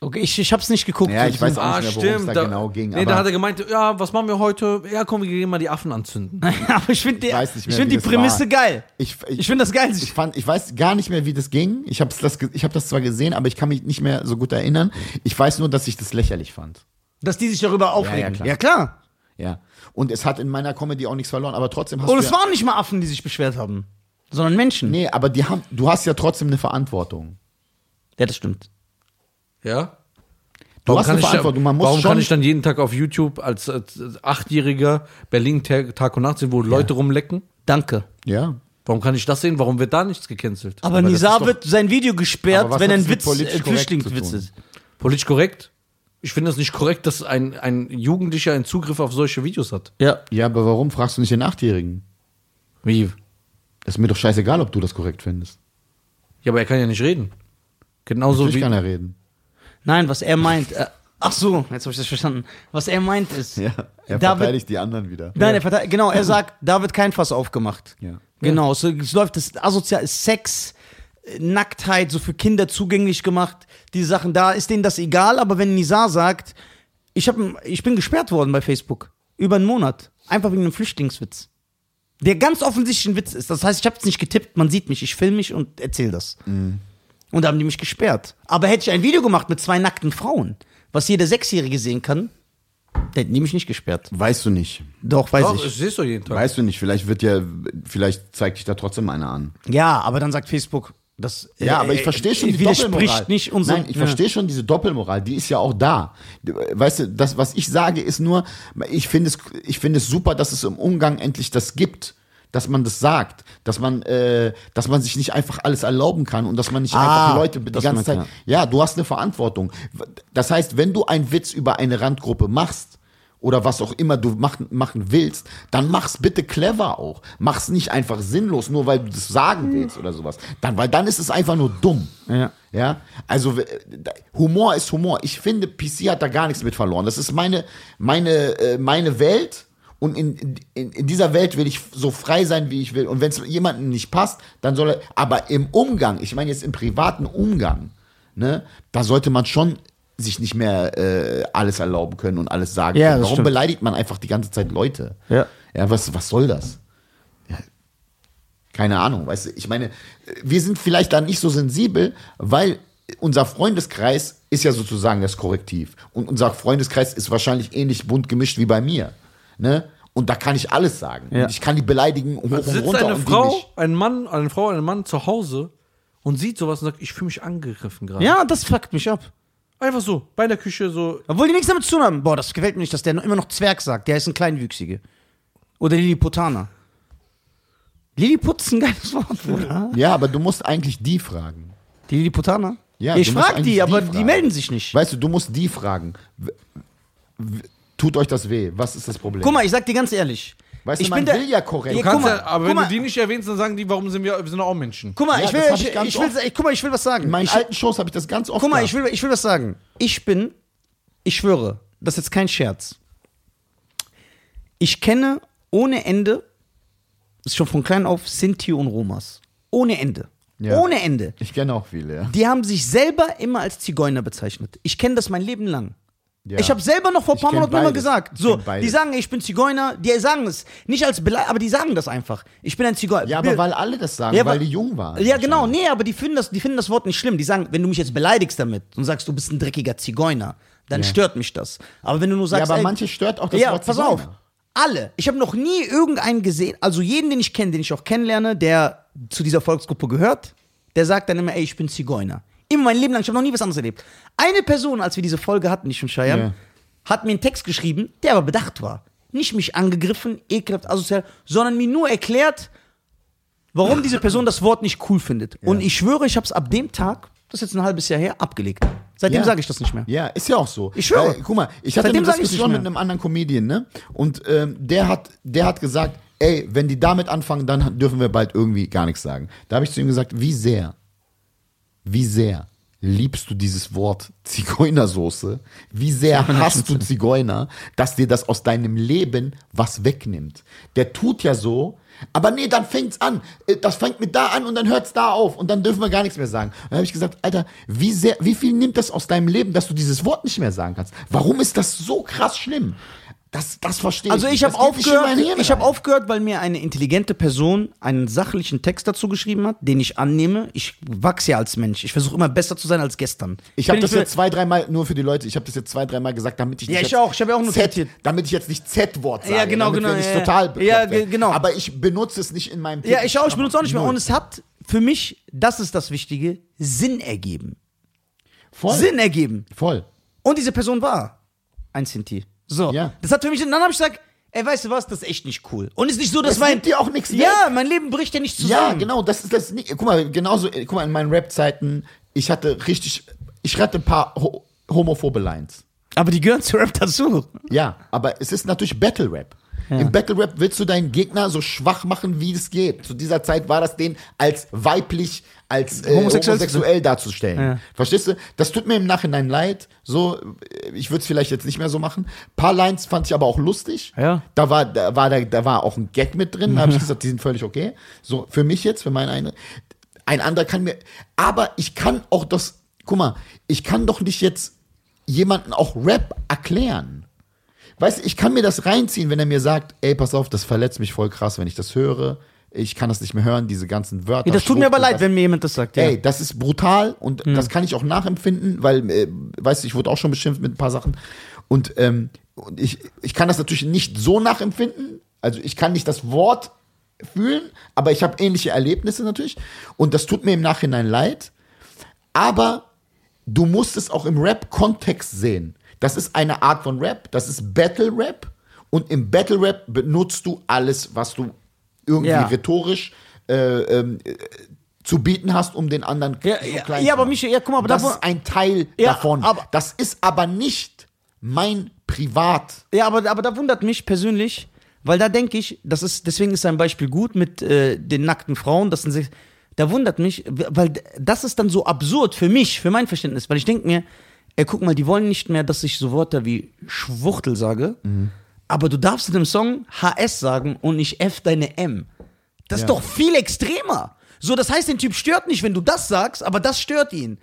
Speaker 1: Okay, ich, ich hab's nicht geguckt.
Speaker 2: Ja, ich
Speaker 1: (laughs)
Speaker 2: weiß auch.
Speaker 3: Ah,
Speaker 2: nicht mehr, worum's
Speaker 3: stimmt.
Speaker 2: da genau ging,
Speaker 3: nee,
Speaker 2: aber-
Speaker 3: da hat er gemeint, ja, was machen wir heute? Ja, komm, wir gehen mal die Affen anzünden.
Speaker 1: Aber ich finde
Speaker 2: Ich weiß nicht mehr,
Speaker 1: find
Speaker 2: wie
Speaker 1: die
Speaker 2: das
Speaker 1: Prämisse
Speaker 2: war.
Speaker 1: geil.
Speaker 2: ich,
Speaker 1: Ich finde das geil.
Speaker 2: ich fand, ich weiß gar nicht mehr, wie das ging. Ich habe das, ge- ich habe das zwar gesehen, aber ich kann mich nicht mehr so gut erinnern. Ich weiß nur, dass ich das lächerlich fand.
Speaker 1: Dass die sich darüber aufregen.
Speaker 2: klar.
Speaker 1: klar.
Speaker 2: Ja. Und es hat in meiner Comedy auch nichts verloren, aber trotzdem hast
Speaker 1: Und
Speaker 2: du
Speaker 1: es
Speaker 2: ja,
Speaker 1: waren nicht mal Affen, die sich beschwert haben, sondern Menschen.
Speaker 2: Nee, aber die haben, du hast ja trotzdem eine Verantwortung.
Speaker 1: Ja, das stimmt.
Speaker 3: Ja?
Speaker 2: Du hast eine
Speaker 3: ich dann-
Speaker 2: Verantwortung. Man muss
Speaker 3: warum
Speaker 2: schon,
Speaker 3: kann ich dann jeden Tag auf YouTube als, als Achtjähriger Berlin Ta- Tag und Nacht sehen, wo Leute rumlecken?
Speaker 1: Danke.
Speaker 2: ja.
Speaker 3: Warum kann ich das sehen? Warum wird da nichts gecancelt?
Speaker 1: Aber
Speaker 2: das ist
Speaker 1: Nizar
Speaker 2: doch-
Speaker 1: wird sein Video
Speaker 2: Aber
Speaker 1: gesperrt,
Speaker 2: was
Speaker 1: wenn
Speaker 2: hat
Speaker 1: ein
Speaker 2: das mit
Speaker 1: Witz,
Speaker 2: politisch
Speaker 1: äh,
Speaker 2: korrekt
Speaker 1: Flüchtlingswitz
Speaker 2: zu tun?
Speaker 1: ist.
Speaker 3: Politisch korrekt? Ich finde es nicht korrekt, dass ein, ein Jugendlicher einen Zugriff auf solche Videos hat.
Speaker 1: Ja.
Speaker 2: Ja, aber warum fragst du nicht den Achtjährigen?
Speaker 3: Wie?
Speaker 2: Ist mir doch scheißegal, ob du das korrekt findest.
Speaker 3: Ja, aber er kann ja nicht reden. Genauso
Speaker 2: Natürlich
Speaker 3: wie.
Speaker 2: kann er reden.
Speaker 1: Nein, was er meint. Äh, ach so, jetzt habe ich das verstanden. Was er meint ist.
Speaker 2: Er
Speaker 1: David,
Speaker 2: verteidigt die anderen wieder.
Speaker 1: nein, er verteidigt. Genau, er sagt, da wird kein Fass aufgemacht.
Speaker 2: Ja.
Speaker 1: Genau, es, es läuft das asozial ist Sex, äh, Nacktheit, so für Kinder zugänglich gemacht. Die Sachen da ist denen das egal, aber wenn Nizar sagt, ich, hab, ich bin gesperrt worden bei Facebook über einen Monat, einfach wegen einem Flüchtlingswitz. Der ganz offensichtlich ein Witz ist. Das heißt, ich habe es nicht getippt, man sieht mich, ich filme mich und erzähle das. Und da haben die mich gesperrt. Aber hätte ich ein Video gemacht mit zwei nackten Frauen, was jeder Sechsjährige sehen kann, dann hätten die mich nicht gesperrt.
Speaker 2: Weißt du nicht.
Speaker 1: Doch, weiß
Speaker 3: Doch,
Speaker 1: ich.
Speaker 3: das siehst du jeden Tag.
Speaker 2: Weißt du nicht. Vielleicht wird ja, vielleicht zeigt dich da trotzdem einer an.
Speaker 1: Ja, aber dann sagt Facebook, das äh,
Speaker 2: Ja, aber ich
Speaker 1: äh,
Speaker 2: verstehe schon die
Speaker 1: widerspricht
Speaker 2: Doppelmoral.
Speaker 1: nicht unserem.
Speaker 2: Nein, ich verstehe schon diese Doppelmoral, die ist ja auch da. Weißt du, das, was ich sage, ist nur, ich finde es, ich finde es super, dass es im Umgang endlich das gibt. Dass man das sagt, dass man, äh, dass man sich nicht einfach alles erlauben kann und dass man nicht
Speaker 1: Ah,
Speaker 2: einfach Leute die dass ganze man Zeit. kann. Ja, du hast eine Verantwortung. Das heißt, wenn du einen Witz über eine Randgruppe machst oder was auch immer du machen, machen willst, dann mach's bitte clever auch. Mach's nicht einfach sinnlos, nur weil du das sagen willst oder sowas. Dann, weil dann ist es einfach nur dumm.
Speaker 1: Ja.
Speaker 2: Ja, also äh, da- Humor ist Humor. Ich finde, PC hat da gar nichts mit verloren. Das ist meine, meine, äh, meine Welt. Und in, in, in dieser Welt will ich so frei sein, wie ich will. Und wenn es jemandem nicht passt, dann soll er. Aber im Umgang, ich meine jetzt im privaten Umgang, ne, da sollte man schon sich nicht mehr äh, alles erlauben können und alles sagen.
Speaker 1: Ja,
Speaker 2: können.
Speaker 1: das
Speaker 2: Warum
Speaker 1: stimmt.
Speaker 2: beleidigt man einfach die ganze Zeit Leute?
Speaker 1: Ja.
Speaker 2: Ja, was, was soll das? keine Ahnung, weißt du, ich meine, wir sind vielleicht da nicht so sensibel, weil unser Freundeskreis ist ja sozusagen das Korrektiv. Und unser Freundeskreis ist wahrscheinlich ähnlich bunt gemischt wie bei mir. Ne? Und da kann ich alles sagen.
Speaker 1: Ja.
Speaker 2: Und ich kann die beleidigen und hoch
Speaker 3: Also
Speaker 2: und
Speaker 3: sitzt
Speaker 2: runter
Speaker 3: eine
Speaker 2: und die
Speaker 3: Frau,
Speaker 2: nicht.
Speaker 3: ein Mann, eine Frau, ein Mann zu Hause und sieht sowas und sagt, ich fühle mich angegriffen gerade.
Speaker 1: Ja, das fuckt mich ab.
Speaker 3: Einfach so, bei der Küche so.
Speaker 1: Obwohl die nichts damit zu tun haben. Boah, das gefällt mir nicht, dass der noch- immer noch Zwerg sagt. Der ist ein Kleinwüchsige. Oder Lilliputaner. Lilliput ist ein geiles Wort, Bruder.
Speaker 2: Ja, aber du musst eigentlich die fragen.
Speaker 1: Die Lilliputaner?
Speaker 2: Ja,
Speaker 1: ich
Speaker 2: du musst
Speaker 1: frag
Speaker 2: eigentlich
Speaker 1: die,
Speaker 2: die
Speaker 1: aber die,
Speaker 2: fragen.
Speaker 1: melden sich nicht.
Speaker 2: Weißt du, du musst die fragen. W- w- Tut euch das weh? Was ist das Problem?
Speaker 1: Guck mal, ich sag dir ganz ehrlich.
Speaker 2: weißt du,
Speaker 1: ich
Speaker 2: man
Speaker 1: bin der-
Speaker 2: will ja korrekt.
Speaker 1: Ja,
Speaker 2: sein.
Speaker 1: guck mal,
Speaker 3: aber
Speaker 1: guck
Speaker 3: wenn
Speaker 1: mal.
Speaker 3: du die nicht erwähnst, dann sagen die, warum sind wir, wir sind auch Menschen.
Speaker 1: Guck mal,
Speaker 2: Ja,
Speaker 1: ich, will,
Speaker 2: das hab
Speaker 1: ich,
Speaker 2: ich ganz
Speaker 1: ich, will,
Speaker 2: oft.
Speaker 1: ich, guck mal, ich will was sagen.
Speaker 2: In meinen
Speaker 1: ich,
Speaker 2: alten Shows habe ich das ganz oft
Speaker 1: guck mal,
Speaker 2: gehabt.
Speaker 1: ich will, ich will was sagen. Ich bin, ich schwöre, das ist jetzt kein Scherz. Ich kenne ohne Ende, ist schon von klein auf, Sinti und Romas. Ohne Ende.
Speaker 2: Ja.
Speaker 1: Ohne Ende.
Speaker 2: ich kenne auch viele, ja.
Speaker 1: Die haben sich selber immer als Zigeuner bezeichnet. Ich kenne das mein Leben lang.
Speaker 2: Ja.
Speaker 1: Ich habe selber noch vor ein
Speaker 2: Ich
Speaker 1: paar
Speaker 2: kenn
Speaker 1: Monaten immer
Speaker 2: beides.
Speaker 1: gesagt.
Speaker 2: Ich
Speaker 1: So,
Speaker 2: kenn beides.
Speaker 1: die sagen, ich bin Zigeuner, die sagen es. Nicht als Beleidigung, aber die sagen das einfach. Ich bin ein Zigeuner.
Speaker 2: Ja, aber weil alle das sagen,
Speaker 1: Ja,
Speaker 2: weil
Speaker 1: aber-
Speaker 2: die jung waren.
Speaker 1: Ja, genau, nee, aber die finden, das, die finden das Wort nicht schlimm. Die sagen, wenn du mich jetzt beleidigst damit und sagst, du bist ein dreckiger Zigeuner, dann stört mich das. Aber wenn du nur
Speaker 2: Ja,
Speaker 1: sagst,
Speaker 2: aber
Speaker 1: ey,
Speaker 2: manche stört auch das
Speaker 1: ja,
Speaker 2: Wort
Speaker 1: pass
Speaker 2: Zigeuner.
Speaker 1: auf. Alle. Ich habe noch nie irgendeinen gesehen, also jeden, den ich kenne, den ich auch kennenlerne, der zu dieser Volksgruppe gehört, der sagt dann immer, ey, ich bin Zigeuner. Immer mein Leben lang, ich habe noch nie was anderes erlebt. Eine Person, als wir diese Folge hatten, nicht von Scheiern,
Speaker 2: Ja.
Speaker 1: hat mir einen Text geschrieben, der aber bedacht war. Nicht mich angegriffen, ekelhaft, asozial, sondern mir nur erklärt, warum diese Person das Wort nicht cool findet. Und ich schwöre, ich habe es ab dem Tag, das ist jetzt ein halbes Jahr her, abgelegt. Seitdem
Speaker 2: Ja.
Speaker 1: sage ich das nicht mehr.
Speaker 2: Ja, ist ja auch so.
Speaker 1: Ich schwöre.
Speaker 2: Weil, guck mal, ich hatte
Speaker 1: Seitdem
Speaker 2: eine
Speaker 1: sag ich's
Speaker 2: Diskussion
Speaker 1: nicht mehr.
Speaker 2: mit einem anderen Comedian, ne? Und ähm, der hat, der hat gesagt, ey, wenn die damit anfangen, dann dürfen wir bald irgendwie gar nichts sagen. Da habe ich zu ihm gesagt, wie sehr, wie sehr liebst du dieses Wort Zigeunersoße? Wie sehr hast du Zigeuner, dass dir das aus deinem Leben was wegnimmt? Der tut ja so, aber nee, dann fängt's an. Äh, Das fängt mit da an und dann hört's da auf und dann dürfen wir gar nichts mehr sagen. Und dann habe ich gesagt, Alter, wie sehr, wie viel nimmt das aus deinem Leben, dass du dieses Wort nicht mehr sagen kannst? Warum ist das so krass schlimm? Das, das verstehe
Speaker 1: Also
Speaker 2: ich.
Speaker 1: ich
Speaker 2: nicht.
Speaker 1: habe
Speaker 2: Das geht nicht in
Speaker 1: aufgehört,
Speaker 2: mein Hirn
Speaker 1: ich habe
Speaker 2: rein.
Speaker 1: aufgehört, weil mir eine intelligente Person einen sachlichen Text dazu geschrieben hat, den ich annehme. Ich wachse ja als Mensch. Ich versuche immer besser zu sein als gestern.
Speaker 2: Ich habe
Speaker 1: bin
Speaker 2: das
Speaker 1: nicht
Speaker 2: jetzt zwei, dreimal, nur für die Leute, ich habe das jetzt zwei, dreimal gesagt, damit ich
Speaker 1: Ja,
Speaker 2: nicht
Speaker 1: ich
Speaker 2: jetzt
Speaker 1: auch, ich hab ja auch nur
Speaker 2: Z,
Speaker 1: zitiert.
Speaker 2: damit ich jetzt nicht Z-Wort sage.
Speaker 1: Ja, genau,
Speaker 2: damit
Speaker 1: genau,
Speaker 2: Wir nicht
Speaker 1: ja, ja.
Speaker 2: total bekloppt
Speaker 1: Ja, ge-
Speaker 2: werden.
Speaker 1: genau.
Speaker 2: Aber ich benutze es nicht in meinem
Speaker 1: Ja, ich auch. Ich
Speaker 2: täglichen
Speaker 1: benutze auch nicht mehr.
Speaker 2: Null.
Speaker 1: Und es hat für mich, das ist das Wichtige, Sinn ergeben.
Speaker 2: Voll.
Speaker 1: Sinn ergeben.
Speaker 2: Voll.
Speaker 1: Und diese Person war ein Sinti. So.
Speaker 2: Ja.
Speaker 1: Das hat für mich, und dann habe ich gesagt, ey, weißt du was, das ist echt nicht cool. Und ist nicht so, dass
Speaker 2: Es
Speaker 1: mein.
Speaker 2: nimmt dir auch nichts
Speaker 1: Ja, mein Leben bricht ja nicht zusammen.
Speaker 2: Ja, genau, das ist das. Guck mal, genauso, guck mal, in meinen Rap-Zeiten, ich hatte richtig, ich hatte ein paar ho homophobe Lines.
Speaker 1: Aber die gehören zu Rap dazu.
Speaker 2: Ja, aber es ist natürlich Battle Rap. Im Battle Rap willst du deinen Gegner so schwach machen, wie es geht. Zu dieser Zeit war das den als weiblich, als äh,
Speaker 1: Homosexuell-
Speaker 2: homosexuell, darzustellen. Verstehst du? Das tut mir im Nachhinein leid. So, äh, ich würde es vielleicht jetzt nicht mehr so machen. Paar Lines fand ich aber auch lustig.
Speaker 3: Ja.
Speaker 2: Da war, da war, da, da war auch ein Gag mit drin. Da habe ich gesagt, die sind völlig okay. So, für mich jetzt, für meinen einen. Ein anderer kann mir. Aber ich kann auch das. Guck mal, ich kann doch nicht jetzt jemanden auch Rap erklären. Weißt du, ich kann mir das reinziehen, wenn er mir sagt, ey, pass auf, das verletzt mich voll krass, wenn ich das höre. ich kann das nicht mehr hören, diese ganzen Wörter.
Speaker 1: Nee, das tut mir
Speaker 2: Schwupp
Speaker 1: aber
Speaker 2: und
Speaker 1: leid,
Speaker 2: das-
Speaker 1: wenn mir jemand das sagt. Hm. Ja.
Speaker 2: Ey, das ist brutal und das kann ich auch nachempfinden, weil, äh, weißt du, ich wurde auch schon beschimpft mit ein paar Sachen. Und, ähm, und ich, ich kann das natürlich nicht so nachempfinden. Also ich kann nicht das Wort fühlen, aber ich habe ähnliche Erlebnisse natürlich. Und das tut mir im Nachhinein leid. Aber du musst es auch im Rap-Kontext sehen. Das ist eine Art von Rap, das ist Battle-Rap. Und im Battle-Rap benutzt du alles, was du irgendwie
Speaker 1: Ja.
Speaker 2: rhetorisch äh, ähm, äh, zu bieten hast, um den anderen
Speaker 1: Ja,
Speaker 2: so
Speaker 1: ja,
Speaker 2: klein
Speaker 1: ja,
Speaker 2: zu
Speaker 1: aber
Speaker 2: machen.
Speaker 1: Michi, ja, guck mal, aber
Speaker 2: das
Speaker 1: davon-
Speaker 2: ist ein Teil
Speaker 1: Ja,
Speaker 2: davon.
Speaker 1: aber-
Speaker 2: das ist aber nicht mein Privat.
Speaker 1: Ja, aber, aber da wundert mich persönlich, weil da denke ich, das ist, deswegen ist sein Beispiel gut mit äh, den nackten Frauen, das sind sich, da wundert mich, weil das ist dann so absurd für mich, für mein Verständnis, weil ich denke mir, ey, guck mal, die wollen nicht mehr, dass ich so Wörter wie Schwuchtel sage,
Speaker 2: Mhm.
Speaker 1: aber du darfst in dem Song HS sagen und nicht F deine M. Das ist
Speaker 2: Ja.
Speaker 1: doch viel extremer. So, das heißt, den Typ stört nicht, wenn du das sagst, aber das stört ihn.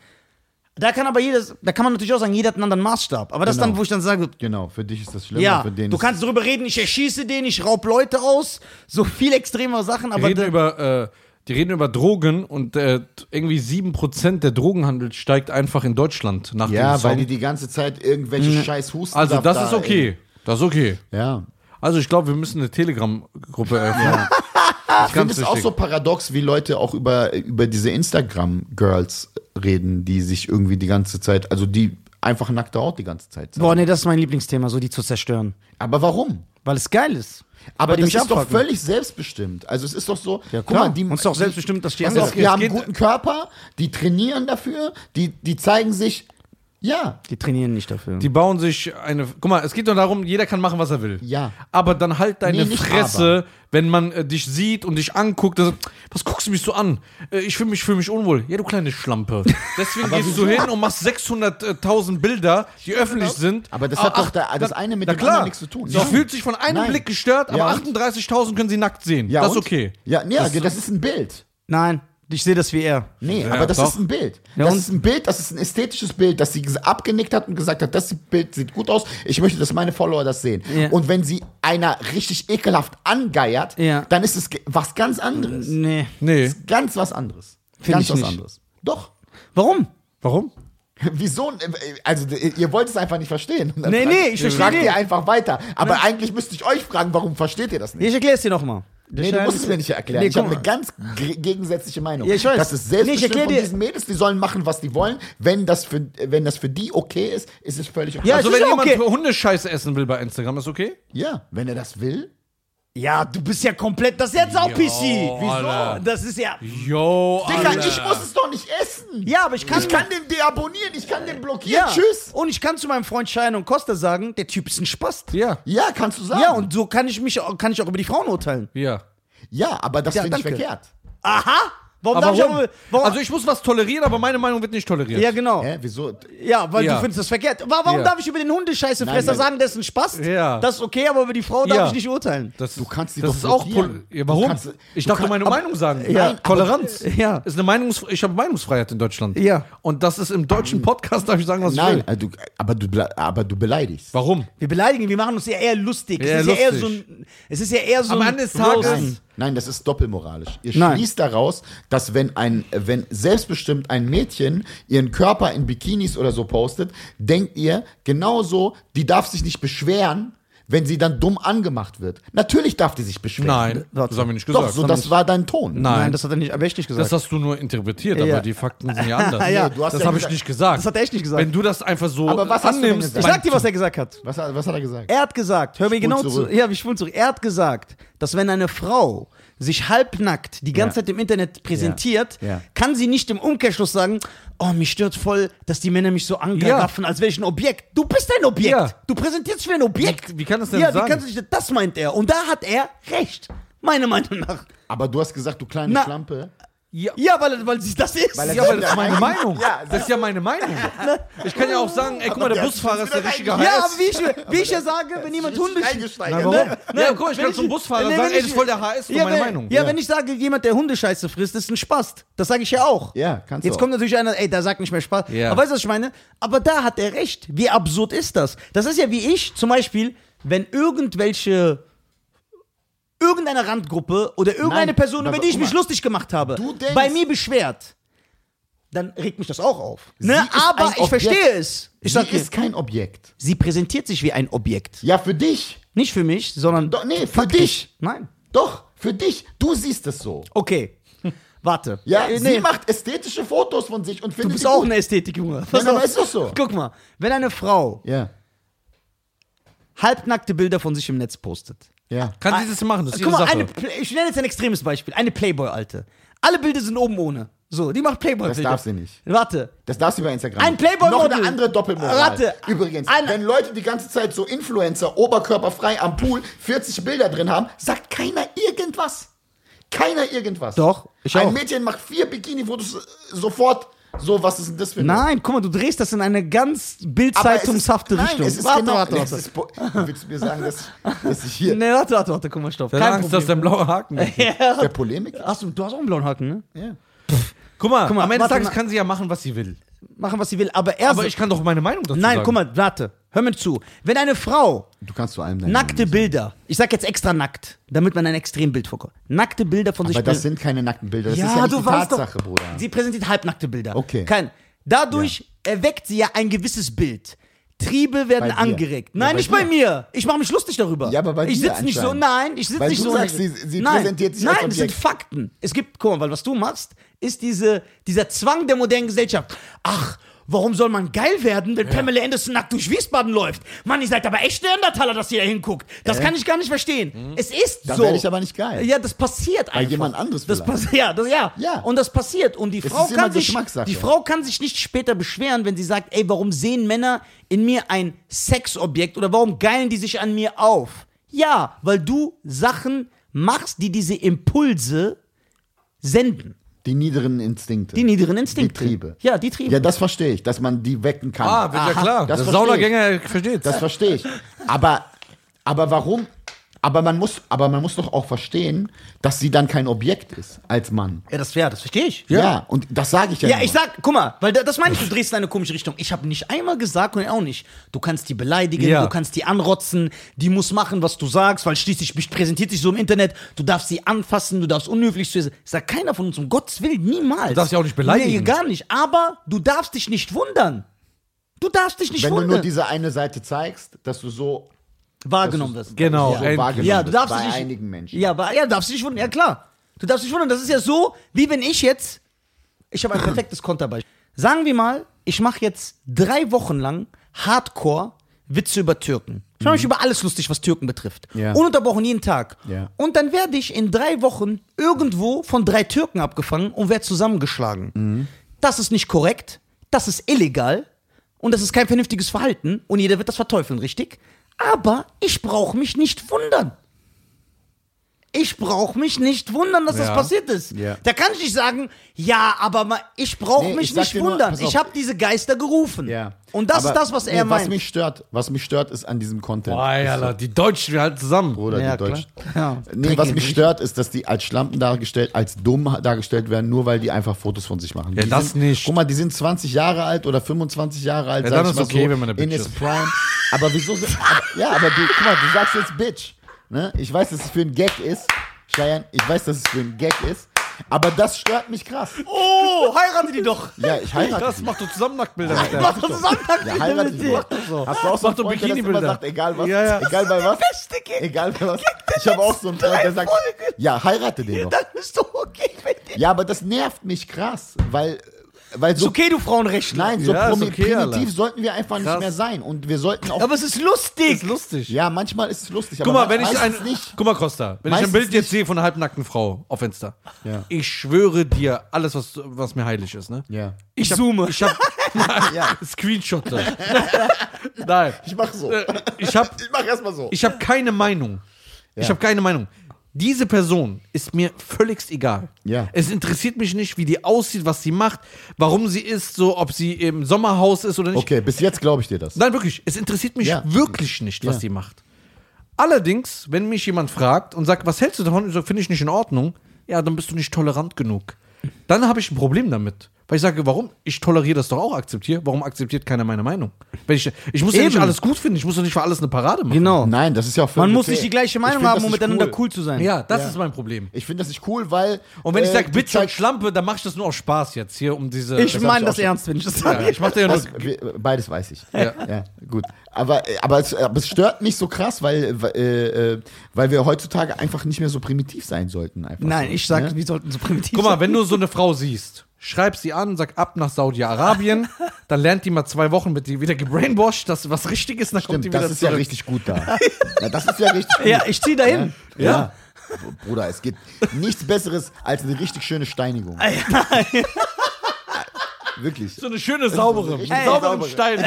Speaker 1: Da kann aber jedes, da kann man natürlich auch sagen, jeder hat einen anderen Maßstab. Aber das ist
Speaker 2: Genau.
Speaker 1: dann, wo ich dann sage,
Speaker 2: Genau, für dich ist das schlimmer,
Speaker 1: ja,
Speaker 2: für den
Speaker 1: du
Speaker 2: ist-
Speaker 1: kannst drüber reden, ich erschieße den, ich raub Leute aus, so viel extremere Sachen,
Speaker 3: Die
Speaker 1: aber
Speaker 3: reden,
Speaker 1: da-
Speaker 3: über, äh, die reden über Drogen und äh, irgendwie 7% der Drogenhandel steigt einfach in Deutschland nach dem
Speaker 2: ja,
Speaker 3: Song.
Speaker 2: weil die die ganze Zeit irgendwelche
Speaker 1: Ne.
Speaker 2: scheiß Husten
Speaker 3: also das ist okay. Das ist okay.
Speaker 2: Ja.
Speaker 3: Also ich glaube, wir müssen eine Telegram-Gruppe eröffnen. Das ist
Speaker 2: Ich finde
Speaker 3: ganz
Speaker 2: es auch
Speaker 3: wichtig.
Speaker 2: so paradox, wie Leute auch über, über diese Instagram-Girls reden, die sich irgendwie die ganze Zeit, also die einfach nackte Haut die ganze Zeit zeigen.
Speaker 1: Boah, nee, das ist mein Lieblingsthema, so die zu zerstören.
Speaker 2: Aber warum?
Speaker 1: Weil es geil ist.
Speaker 2: Aber,
Speaker 1: Weil die
Speaker 2: das
Speaker 1: mich
Speaker 2: ist doch
Speaker 1: abfucken.
Speaker 2: völlig selbstbestimmt. Also es ist doch so, ja,
Speaker 1: klar. Uns ist doch selbstbestimmt, dass die
Speaker 2: die,
Speaker 1: anders-
Speaker 2: doch, die
Speaker 3: Es
Speaker 2: haben
Speaker 3: geht-
Speaker 2: einen guten Körper, die trainieren dafür, die, die zeigen sich, ja,
Speaker 1: Die trainieren nicht dafür.
Speaker 3: Die bauen sich eine. Guck mal, es geht nur darum, jeder kann machen, was er will.
Speaker 2: Ja.
Speaker 3: Aber dann halt deine
Speaker 2: Nee, nicht
Speaker 3: Fresse, wenn man äh, dich sieht und dich anguckt. Dann, so, was guckst du mich so an? Äh, ich fühle mich, fühl mich unwohl. Ja, du kleine Schlampe.
Speaker 2: (laughs)
Speaker 3: Deswegen gehst du hin und machst 600.000 Bilder, die öffentlich sind.
Speaker 2: genau. Aber das hat
Speaker 3: Ah,
Speaker 2: doch der- das
Speaker 3: da-
Speaker 2: eine mit
Speaker 3: na
Speaker 2: dem
Speaker 3: klar.
Speaker 2: anderen nichts zu tun.
Speaker 3: Sie
Speaker 2: Ja.
Speaker 3: fühlt sich von einem
Speaker 2: Nein.
Speaker 3: Blick gestört, aber
Speaker 2: Ja, und?
Speaker 3: 38.000 können sie nackt sehen.
Speaker 2: ja
Speaker 3: das ist
Speaker 2: und?
Speaker 3: okay.
Speaker 2: Ja, nee, das,
Speaker 3: Das-
Speaker 2: ist ein Bild.
Speaker 1: Nein, ich sehe das wie er.
Speaker 2: Nee,
Speaker 3: Ja,
Speaker 2: aber das
Speaker 3: doch.
Speaker 2: ist ein Bild.
Speaker 1: Ja,
Speaker 2: das
Speaker 1: und-
Speaker 2: ist ein Bild, das ist ein ästhetisches Bild, das sie ges- abgenickt hat und gesagt hat, das Bild sieht gut aus, ich möchte, dass meine Follower das sehen.
Speaker 1: Ja.
Speaker 2: Und wenn sie einer richtig ekelhaft angeiert,
Speaker 1: Ja.
Speaker 2: dann ist es ge- was ganz anderes.
Speaker 1: Nee.
Speaker 3: Nee.
Speaker 2: Ganz was anderes.
Speaker 1: Find
Speaker 2: ganz
Speaker 1: ich
Speaker 2: was
Speaker 1: nicht.
Speaker 2: anderes. Doch.
Speaker 1: Warum?
Speaker 3: Warum?
Speaker 2: (laughs) Wieso? Also, ihr wollt es einfach nicht verstehen. Und dann
Speaker 1: Nee,
Speaker 2: fragt-
Speaker 1: nee, ich verstehe
Speaker 2: Fragt
Speaker 1: nicht.
Speaker 2: ihr einfach weiter. Aber eigentlich müsste ich euch fragen, warum versteht ihr das nicht?
Speaker 1: Ich erkläre es dir nochmal.
Speaker 2: Nee, du musst es mir nicht erklären.
Speaker 1: Nee,
Speaker 2: ich habe
Speaker 1: guck
Speaker 2: eine ganz ge- gegensätzliche Meinung.
Speaker 1: Ja, ich weiß.
Speaker 2: Das ist
Speaker 1: Nee, ich
Speaker 2: selbstbestimmt
Speaker 1: erklär
Speaker 2: von
Speaker 1: dir-
Speaker 2: diesen Mädels. Die sollen machen, was die wollen. Wenn das für, wenn das für die okay ist, ist es völlig okay.
Speaker 1: Ja,
Speaker 3: Also,
Speaker 1: es ist
Speaker 3: wenn
Speaker 1: ja
Speaker 3: jemand
Speaker 1: okay.
Speaker 3: Hundescheiße essen will bei Instagram, ist okay?
Speaker 2: ja, wenn er das will.
Speaker 1: Ja, du bist ja komplett, das ist jetzt auch
Speaker 3: Jo,
Speaker 1: PC.
Speaker 3: Alter.
Speaker 1: Das ist ja.
Speaker 3: Yo,
Speaker 2: Digga,
Speaker 3: Alter.
Speaker 2: ich muss es doch nicht essen.
Speaker 1: Ja, aber ich kann.
Speaker 2: Ich kann den deabonnieren, ich kann den blockieren.
Speaker 1: ja.
Speaker 2: Tschüss.
Speaker 1: Und ich kann zu meinem Freund Schein und Costa sagen, der Typ ist ein Spast.
Speaker 3: Ja.
Speaker 2: Ja, kannst du sagen.
Speaker 1: Ja, und so kann ich mich auch- kann ich auch über die Frauen urteilen.
Speaker 3: Ja.
Speaker 2: ja aber das
Speaker 1: Ja,
Speaker 2: finde ich
Speaker 1: danke.
Speaker 2: verkehrt.
Speaker 1: Aha! Warum
Speaker 3: Aber
Speaker 1: darf
Speaker 3: warum?
Speaker 1: ich auch, warum,
Speaker 3: Also ich muss was tolerieren, aber meine Meinung wird nicht toleriert.
Speaker 1: Ja, genau.
Speaker 2: Hä, wieso?
Speaker 1: Ja, weil
Speaker 3: Ja.
Speaker 1: du findest das verkehrt. Wa- Warum
Speaker 3: Ja.
Speaker 1: darf ich über den Hundescheißefresser
Speaker 2: Nein, nein.
Speaker 1: sagen, der ist ein Spaß?
Speaker 3: Ja.
Speaker 1: Das ist okay, aber über die Frau
Speaker 3: Ja.
Speaker 1: darf ich nicht urteilen.
Speaker 3: Das,
Speaker 2: Du kannst die
Speaker 3: das
Speaker 2: doch
Speaker 3: ist auch
Speaker 2: blockieren.
Speaker 3: pol- ja, Warum?
Speaker 2: Du kannst-
Speaker 3: ich
Speaker 2: du
Speaker 3: darf doch
Speaker 2: kann-
Speaker 3: meine
Speaker 2: aber-
Speaker 3: Meinung sagen.
Speaker 1: Ja.
Speaker 3: Nein, Toleranz.
Speaker 1: Ja.
Speaker 3: Ist eine Meinungs ich habe Meinungsfreiheit in Deutschland.
Speaker 1: Ja.
Speaker 3: Und das ist im deutschen Podcast, darf ich sagen, was ich will.
Speaker 2: Nein, also du, aber, du, ble- aber du beleidigst.
Speaker 3: Warum?
Speaker 1: Wir beleidigen, wir machen uns ja eher lustig.
Speaker 3: Ja,
Speaker 1: es, ist Ja eher
Speaker 3: lustig.
Speaker 1: so ein, es ist ja eher so
Speaker 3: Am
Speaker 1: ein
Speaker 3: Ende des Tages-
Speaker 1: Roast.
Speaker 2: Nein, nein, das ist doppelmoralisch. Ihr
Speaker 1: Nein.
Speaker 2: schließt daraus, dass wenn ein, wenn selbstbestimmt ein Mädchen ihren Körper in Bikinis oder so postet, denkt ihr genauso, die darf sich nicht beschweren, wenn sie dann dumm angemacht wird. Natürlich darf die sich beschweren.
Speaker 3: Nein,
Speaker 1: Warte.
Speaker 3: das haben wir nicht
Speaker 2: Doch,
Speaker 3: gesagt.
Speaker 2: so das war dein Ton.
Speaker 3: Nein.
Speaker 1: Nein, das hat er nicht, aber echt nicht gesagt.
Speaker 3: das hast du nur interpretiert,
Speaker 1: Ja.
Speaker 3: aber die Fakten sind ja anders.
Speaker 1: Ja,
Speaker 2: du hast (laughs)
Speaker 3: das
Speaker 2: ja
Speaker 3: habe ich
Speaker 2: gesagt-
Speaker 3: nicht gesagt.
Speaker 1: Das hat er echt nicht gesagt.
Speaker 3: Wenn du das einfach so
Speaker 2: Aber was hast du denn
Speaker 3: annimmst,
Speaker 2: gesagt?
Speaker 1: ich sag dir, was er gesagt hat.
Speaker 2: Was, hat- was hat er gesagt?
Speaker 1: Er hat gesagt, hör mir genau
Speaker 2: zurück.
Speaker 1: zu. Ja, ich schwul zurück. Er hat gesagt, dass wenn eine Frau sich halbnackt die ganze
Speaker 2: Ja.
Speaker 1: Zeit im Internet präsentiert,
Speaker 2: Ja. Ja.
Speaker 1: kann sie nicht im Umkehrschluss sagen, oh, mich stört voll, dass die Männer mich so angraffen, als wäre ich ein Objekt. Du bist ein Objekt.
Speaker 3: Ja.
Speaker 1: Du präsentierst dich wie ein Objekt.
Speaker 3: Wie- wie kann das denn
Speaker 1: ja,
Speaker 3: sagen?
Speaker 1: Wie kannst du dich, das meint er. Und da hat er recht. Meiner Meinung nach.
Speaker 2: Aber du hast gesagt, du kleine
Speaker 1: Na.
Speaker 2: Schlampe.
Speaker 3: ja,
Speaker 1: Ja, weil, weil sie das ist.
Speaker 2: Weil er-
Speaker 1: ja,
Speaker 3: ja, aber das ist meine
Speaker 2: Ja.
Speaker 3: Meinung.
Speaker 2: Ja.
Speaker 3: Das ist ja meine Meinung. Ich kann ja auch sagen, ey, guck mal,
Speaker 2: der
Speaker 3: der Busfahrer
Speaker 2: ist
Speaker 3: ist der
Speaker 2: wieder
Speaker 3: richtige
Speaker 1: ja, aber
Speaker 3: HS.
Speaker 1: wie ich, wie ich ja sage, wenn jemand Hunde...
Speaker 2: Reingesteigert.
Speaker 3: Warum?
Speaker 2: Ne?
Speaker 3: Ja, guck, mal, ich kann zum Busfahrer
Speaker 1: Nee,
Speaker 3: sagen,
Speaker 1: wenn
Speaker 3: ey,
Speaker 1: ich-
Speaker 3: das ist voll der HS,
Speaker 1: Ja,
Speaker 3: ja, meine
Speaker 1: wenn,
Speaker 3: Meinung.
Speaker 1: Ja, wenn ich sage, jemand, der Hundescheiße frisst, ist ein Spast. Das sage ich ja auch.
Speaker 2: Ja, kannst du
Speaker 1: Jetzt
Speaker 2: auch.
Speaker 1: kommt natürlich einer, ey, der sagt nicht mehr Spaß.
Speaker 3: Ja.
Speaker 1: Aber weißt du, was ich meine? Aber da hat er recht. Wie absurd ist das? Das ist ja wie ich, zum Beispiel, wenn irgendwelche irgendeiner Randgruppe oder irgendeine
Speaker 2: Nein,
Speaker 1: Person,
Speaker 2: aber
Speaker 1: über die ich
Speaker 2: guck mal,
Speaker 1: mich lustig gemacht habe,
Speaker 2: du denkst-
Speaker 1: bei mir beschwert, dann regt mich das auch auf.
Speaker 2: Sie
Speaker 1: Ne?
Speaker 2: ist ein
Speaker 1: Aber ich
Speaker 2: Objekt.
Speaker 1: verstehe es. Ich
Speaker 2: sie
Speaker 1: sag dir,
Speaker 2: ist kein Objekt.
Speaker 1: sie präsentiert sich wie ein Objekt.
Speaker 2: Ja, für dich.
Speaker 1: Nicht für mich, sondern.
Speaker 2: Doch, nee, für
Speaker 1: faktisch.
Speaker 2: dich.
Speaker 1: Nein.
Speaker 2: Doch, für dich. Du siehst es so.
Speaker 1: Okay. (laughs) Warte.
Speaker 2: Ja,
Speaker 1: Äh,
Speaker 2: sie macht ästhetische Fotos von sich und findet
Speaker 1: Du bist
Speaker 2: die
Speaker 1: auch
Speaker 2: gut.
Speaker 1: eine Ästhetik, Junge. Pass
Speaker 2: Nein, aber
Speaker 1: auf.
Speaker 2: ist doch so.
Speaker 1: Guck mal, wenn eine Frau
Speaker 2: Ja,
Speaker 1: halbnackte Bilder von sich im Netz postet.
Speaker 2: ja.
Speaker 3: Kann sie das machen? Das ist
Speaker 1: Guck
Speaker 3: ihre
Speaker 1: mal,
Speaker 3: Sache.
Speaker 1: eine, Pl- ich nenne jetzt ein extremes Beispiel. Eine Playboy-Alte. Alle Bilder sind oben ohne. So, die macht Playboy-Bilder.
Speaker 2: Das darf sie nicht.
Speaker 1: Warte.
Speaker 2: Das darfst du bei Instagram.
Speaker 1: Ein Playboy-Model.
Speaker 2: Noch eine andere Doppelmoral.
Speaker 1: Warte.
Speaker 2: Übrigens,
Speaker 1: Ein-
Speaker 2: wenn Leute die ganze Zeit so Influencer, oberkörperfrei am Pool, 40 Bilder drin haben, sagt keiner irgendwas. Keiner irgendwas.
Speaker 1: Doch, ich
Speaker 2: Ein
Speaker 1: auch.
Speaker 2: Mädchen macht vier Bikini-Fotos äh, sofort. So, was ist denn das für ein...
Speaker 1: Nein, guck mal, du drehst das in eine ganz
Speaker 2: Aber es ist-
Speaker 1: bildzeitungshafte
Speaker 2: nein,
Speaker 1: Richtung.
Speaker 2: Es ist
Speaker 1: warte,
Speaker 2: genau,
Speaker 1: warte,
Speaker 2: nee,
Speaker 1: warte,
Speaker 2: es ist po- willst du mir sagen, dass, dass ich hier
Speaker 1: Nee, warte, warte, warte, guck mal, stopp.
Speaker 3: Dann
Speaker 1: Kein
Speaker 3: Angst, dass
Speaker 1: Problem.
Speaker 3: dein blauer Haken.
Speaker 1: (laughs)
Speaker 2: der Polemik?
Speaker 1: Hast du, du hast auch einen blauen Haken, ne?
Speaker 2: Ja.
Speaker 3: Guck mal,
Speaker 1: mal,
Speaker 3: am Ende des
Speaker 1: warte
Speaker 3: Tages
Speaker 1: mal.
Speaker 3: kann sie ja machen, was sie
Speaker 2: Also
Speaker 3: will.
Speaker 1: Machen, was sie will, aber er
Speaker 3: Aber ich kann doch meine Meinung dazu
Speaker 1: Nein,
Speaker 3: sagen.
Speaker 1: guck mal, warte. Hör mir zu. Wenn eine Frau
Speaker 2: Du kannst zu allem deine
Speaker 1: nackte Bilder, ich sag jetzt extra nackt, damit man ein Extrembild vorkommt. Nackte Bilder von sich äh,
Speaker 2: Aber das
Speaker 1: bilden-
Speaker 2: sind keine nackten Bilder. Das
Speaker 1: Ja,
Speaker 2: ist ja nicht
Speaker 1: du
Speaker 2: die
Speaker 1: weißt
Speaker 2: Tatsache,
Speaker 1: doch,
Speaker 2: Bruder.
Speaker 1: Sie präsentiert halbnackte Bilder.
Speaker 2: Okay.
Speaker 1: Kein. Dadurch erweckt sie ja ein gewisses Bild. Triebe werden
Speaker 2: Bei dir.
Speaker 1: angeregt.
Speaker 2: Ja,
Speaker 1: Nein,
Speaker 2: bei
Speaker 1: nicht bei
Speaker 2: dir.
Speaker 1: mir. Ich mache mich lustig darüber.
Speaker 2: Ja, aber bei
Speaker 1: ich
Speaker 2: dir
Speaker 1: sitze nicht so.
Speaker 2: anscheinend.
Speaker 1: Nein, ich sitze
Speaker 2: Weil
Speaker 1: nicht
Speaker 2: du
Speaker 1: so.
Speaker 2: sagst,
Speaker 1: negativ.
Speaker 2: sie- sie
Speaker 1: nein.
Speaker 2: präsentiert sich
Speaker 1: Nein,
Speaker 2: als
Speaker 1: das sind
Speaker 2: Objekt.
Speaker 1: Fakten. Es gibt, guck mal, weil was du machst, ist diese, dieser Zwang der modernen Gesellschaft. Ach, warum soll man geil werden, wenn Pamela Anderson nackt durch Wiesbaden läuft? Mann, ihr seid aber echt Neandertaler, dass ihr da hinguckt. Das kann ich gar nicht verstehen. Es ist
Speaker 2: Hm. Da
Speaker 1: so.
Speaker 2: werde ich aber nicht geil.
Speaker 1: Ja, das passiert einfach.
Speaker 2: jemand anderes
Speaker 1: das
Speaker 2: vielleicht.
Speaker 1: passi- ja, das, ja.
Speaker 2: Ja.
Speaker 1: Und das passiert. Und die Frau,
Speaker 2: ist immer
Speaker 1: kann sich,
Speaker 2: Geschmackssache.
Speaker 1: die Frau kann sich nicht später beschweren, wenn sie sagt, ey, warum sehen Männer in mir ein Sexobjekt oder warum geilen die sich an mir auf? Ja, weil du Sachen machst, die diese Impulse senden.
Speaker 2: Die niederen Instinkte.
Speaker 1: Die niederen Instinkte.
Speaker 2: Die Triebe.
Speaker 1: Ja, die Triebe.
Speaker 2: Ja, das verstehe ich, dass man die wecken kann.
Speaker 3: Ah, wird ja
Speaker 1: Aha,
Speaker 3: klar.
Speaker 2: das
Speaker 3: der
Speaker 2: verstehe
Speaker 3: Saunagänger versteht.
Speaker 2: Das verstehe ich. Aber, aber warum? Aber man, muss, aber man muss doch auch verstehen, dass sie dann kein Objekt ist als Mann.
Speaker 1: Ja, das, ja, das verstehe ich.
Speaker 2: Ja, und das sage ich ja
Speaker 1: Ja,
Speaker 2: nur.
Speaker 1: ich sag, guck mal, weil da- das meine ich, du drehst in eine komische Richtung. Ich habe nicht einmal gesagt und auch nicht. Du kannst die beleidigen,
Speaker 3: Ja.
Speaker 1: du kannst die anrotzen, die muss machen, was du sagst, weil schließlich bes- präsentiert sich so im Internet, du darfst sie anfassen, du darfst unhöflich zu ihr sein. Sagt keiner von uns, um Gottes Willen, niemals. Du
Speaker 3: darfst sie auch nicht beleidigen.
Speaker 1: Nee, gar nicht. Aber du darfst dich nicht wundern. Du darfst dich nicht
Speaker 2: Wenn du
Speaker 1: wundern.
Speaker 2: nur diese eine Seite zeigst, dass du so,
Speaker 1: wahrgenommen wirst.
Speaker 3: Genau.
Speaker 2: so
Speaker 3: Ein-
Speaker 2: wahrgenommen
Speaker 1: Ja, du
Speaker 2: bist
Speaker 1: darfst
Speaker 2: bei
Speaker 1: dich nicht-
Speaker 2: einigen Menschen.
Speaker 1: Ja, aber, ja, du darfst dich nicht wundern. Ja, klar. Du darfst dich wundern. Das ist ja so, wie wenn ich jetzt. Ich habe ein perfektes Konterbeispiel. Sagen wir mal, ich mache jetzt drei Wochen lang Hardcore Witze über Türken. Ich mache mich über alles lustig, was Türken betrifft.
Speaker 2: Mhm. Ja.
Speaker 1: Ununterbrochen jeden Tag.
Speaker 2: Ja.
Speaker 1: Und dann werde ich in drei Wochen irgendwo von drei Türken abgefangen und werde zusammengeschlagen. Das ist nicht korrekt, das ist illegal und das ist kein vernünftiges Verhalten und jeder wird das verteufeln, richtig? Aber ich brauche mich nicht wundern. Ich brauche mich nicht wundern, dass das
Speaker 3: Ja.
Speaker 1: passiert ist.
Speaker 2: Ja.
Speaker 1: Da kann ich nicht sagen, ja, aber ma- ich brauche
Speaker 2: Nee,
Speaker 1: mich
Speaker 2: ich sag
Speaker 1: nicht
Speaker 2: dir nur,
Speaker 1: wundern.
Speaker 2: pass auf.
Speaker 1: ich habe diese Geister gerufen.
Speaker 2: Ja.
Speaker 1: Und das
Speaker 2: Aber-
Speaker 1: ist das, was er
Speaker 2: nee, Was
Speaker 1: meint.
Speaker 2: mich stört, was mich stört, ist an diesem Content.
Speaker 3: Boah,
Speaker 2: Ist
Speaker 3: ey,
Speaker 2: so-
Speaker 3: Alter, die Deutschen, wir halten zusammen.
Speaker 2: Bruder,
Speaker 1: Ja,
Speaker 2: die
Speaker 1: klar.
Speaker 2: Deutschen.
Speaker 1: Ja.
Speaker 2: Nee, was mich stört, ist, dass die als Schlampen dargestellt, als dumm dargestellt werden, nur weil die einfach Fotos von sich machen.
Speaker 3: Ja,
Speaker 2: die
Speaker 3: das
Speaker 2: sind,
Speaker 3: nicht.
Speaker 2: Guck mal, die sind 20 Jahre alt oder 25 Jahre alt.
Speaker 3: Ja,
Speaker 2: sag
Speaker 3: dann
Speaker 2: ich
Speaker 3: ist
Speaker 2: mal
Speaker 3: okay,
Speaker 2: so,
Speaker 3: wenn man eine Bitch
Speaker 2: in its
Speaker 3: ist.
Speaker 2: Prime. Aber wieso? sind- Aber, ja, aber du, guck mal, du sagst jetzt Bitch. Ne? Ich weiß, dass es für einen Gag ist. Schleiern, ich weiß, dass es für einen Gag ist. Aber das stört mich krass.
Speaker 1: Oh, heirate die doch.
Speaker 2: Ja, ich heirate
Speaker 3: Das
Speaker 2: sie.
Speaker 3: macht doch Zusammennackbilder. mit der.
Speaker 1: Mach doch zusammen.
Speaker 2: Ja, heirate die. Hast du auch so
Speaker 3: Mach
Speaker 2: einen
Speaker 3: doch
Speaker 2: Freund, der das immer
Speaker 3: Bikini-Bilder.
Speaker 2: sagt, egal was,
Speaker 3: Ja, ja.
Speaker 2: egal bei was?
Speaker 1: Beste Kind.
Speaker 2: Egal bei was. Ich habe auch so einen Freund, der sagt,
Speaker 1: Folgen.
Speaker 2: ja, heirate den doch.
Speaker 1: Dann ist doch okay mit dir.
Speaker 2: Ja, aber das nervt mich krass, weil, weil
Speaker 1: Ist
Speaker 2: so,
Speaker 1: okay, du Frauenrechtler.
Speaker 2: nein, so
Speaker 3: Ja, ist
Speaker 2: promi-
Speaker 3: okay,
Speaker 2: primitiv
Speaker 3: Alter.
Speaker 2: sollten wir einfach
Speaker 3: Krass.
Speaker 2: nicht mehr sein und wir sollten auch,
Speaker 1: Aber es ist lustig.
Speaker 3: ist lustig.
Speaker 2: ja, manchmal ist es lustig, aber
Speaker 3: Guck mal, wenn ich ein,
Speaker 2: meistens nicht.
Speaker 3: guck mal, Costa, wenn
Speaker 2: Meistens
Speaker 3: ich ein Bild
Speaker 2: nicht.
Speaker 3: jetzt sehe von einer halbnackten Frau auf Insta,
Speaker 2: Ja.
Speaker 3: ich schwöre dir alles, was, was mir heilig ist, ne?
Speaker 2: Ja.
Speaker 1: Ich zoome.
Speaker 3: Ich hab
Speaker 2: (laughs)
Speaker 3: (laughs)
Speaker 2: Ja.
Speaker 3: Screenshot. Nein.
Speaker 2: Ich mach so.
Speaker 3: Äh, Ich hab,
Speaker 2: Ich mach erstmal so.
Speaker 3: ich hab keine Meinung. Ich hab keine Meinung. Diese Person ist mir völligst egal.
Speaker 2: Ja.
Speaker 3: Es interessiert mich nicht, wie die aussieht, was sie macht, warum sie ist, so ob sie im Sommerhaus ist oder nicht.
Speaker 2: Okay, bis jetzt glaube ich dir das.
Speaker 3: Nein, wirklich. Es interessiert mich
Speaker 2: Ja.
Speaker 3: wirklich nicht, was
Speaker 2: Ja.
Speaker 3: die macht. Allerdings, wenn mich jemand fragt und sagt, was hältst du davon? Ich sage, finde ich nicht in Ordnung. Ja, dann bist du nicht tolerant genug. Dann habe ich ein Problem damit. Weil ich sage, warum? Ich toleriere das doch auch, akzeptiere. Warum akzeptiert keiner meine Meinung? Wenn ich, ich muss ja nicht
Speaker 1: Eben.
Speaker 3: alles gut finden, ich muss doch nicht für alles eine Parade machen.
Speaker 1: Genau.
Speaker 2: Nein, das ist ja auch völlig
Speaker 1: Man muss
Speaker 2: okay.
Speaker 1: nicht die gleiche
Speaker 2: Ich
Speaker 1: Meinung
Speaker 2: find das
Speaker 1: haben, um
Speaker 2: nicht
Speaker 1: miteinander
Speaker 2: cool.
Speaker 1: cool, zu sein.
Speaker 3: Ja, das ist mein Problem.
Speaker 2: Ich finde das nicht cool, weil.
Speaker 3: Und wenn ich
Speaker 2: äh,
Speaker 3: sage,
Speaker 2: die
Speaker 3: Bitch und
Speaker 2: zeigt-
Speaker 3: Schlampe, dann mache ich das nur aus Spaß jetzt hier um diese.
Speaker 1: ich
Speaker 2: hab
Speaker 1: meine
Speaker 2: ich
Speaker 1: das
Speaker 2: auch schon-
Speaker 1: ernst, wenn ich das
Speaker 3: ja,
Speaker 1: sage.
Speaker 3: ich mache da ja nur.
Speaker 2: Das, wir, beides weiß ich.
Speaker 3: (laughs) Ja.
Speaker 2: ja gut. Aber, äh, aber, es, aber es stört mich so krass, weil, äh, äh, weil wir heutzutage einfach nicht mehr so primitiv sein sollten. Einfach
Speaker 1: Nein,
Speaker 2: so,
Speaker 1: ich sage,
Speaker 2: ne?
Speaker 1: wir sollten so primitiv
Speaker 3: Guck mal,
Speaker 1: sein.
Speaker 3: wenn du so eine Frau siehst, schreib sie an, sag ab nach
Speaker 2: (laughs)
Speaker 3: Saudi-Arabien, dann lernt die mal zwei Wochen, wird die wieder gebrainwashed, dass was richtig ist, dann kommt die
Speaker 2: Stimmt,
Speaker 3: wieder
Speaker 2: das ist
Speaker 3: zurück.
Speaker 2: ja richtig gut da. ja, das ist ja richtig gut.
Speaker 1: Ja, ich zieh dahin.
Speaker 2: Ja. Bruder, es gibt nichts Besseres als eine richtig schöne Steinigung. (laughs) Wirklich.
Speaker 3: So eine schöne, saubere, mit
Speaker 2: Ey,
Speaker 3: sauberen
Speaker 2: saubere.
Speaker 3: Stein.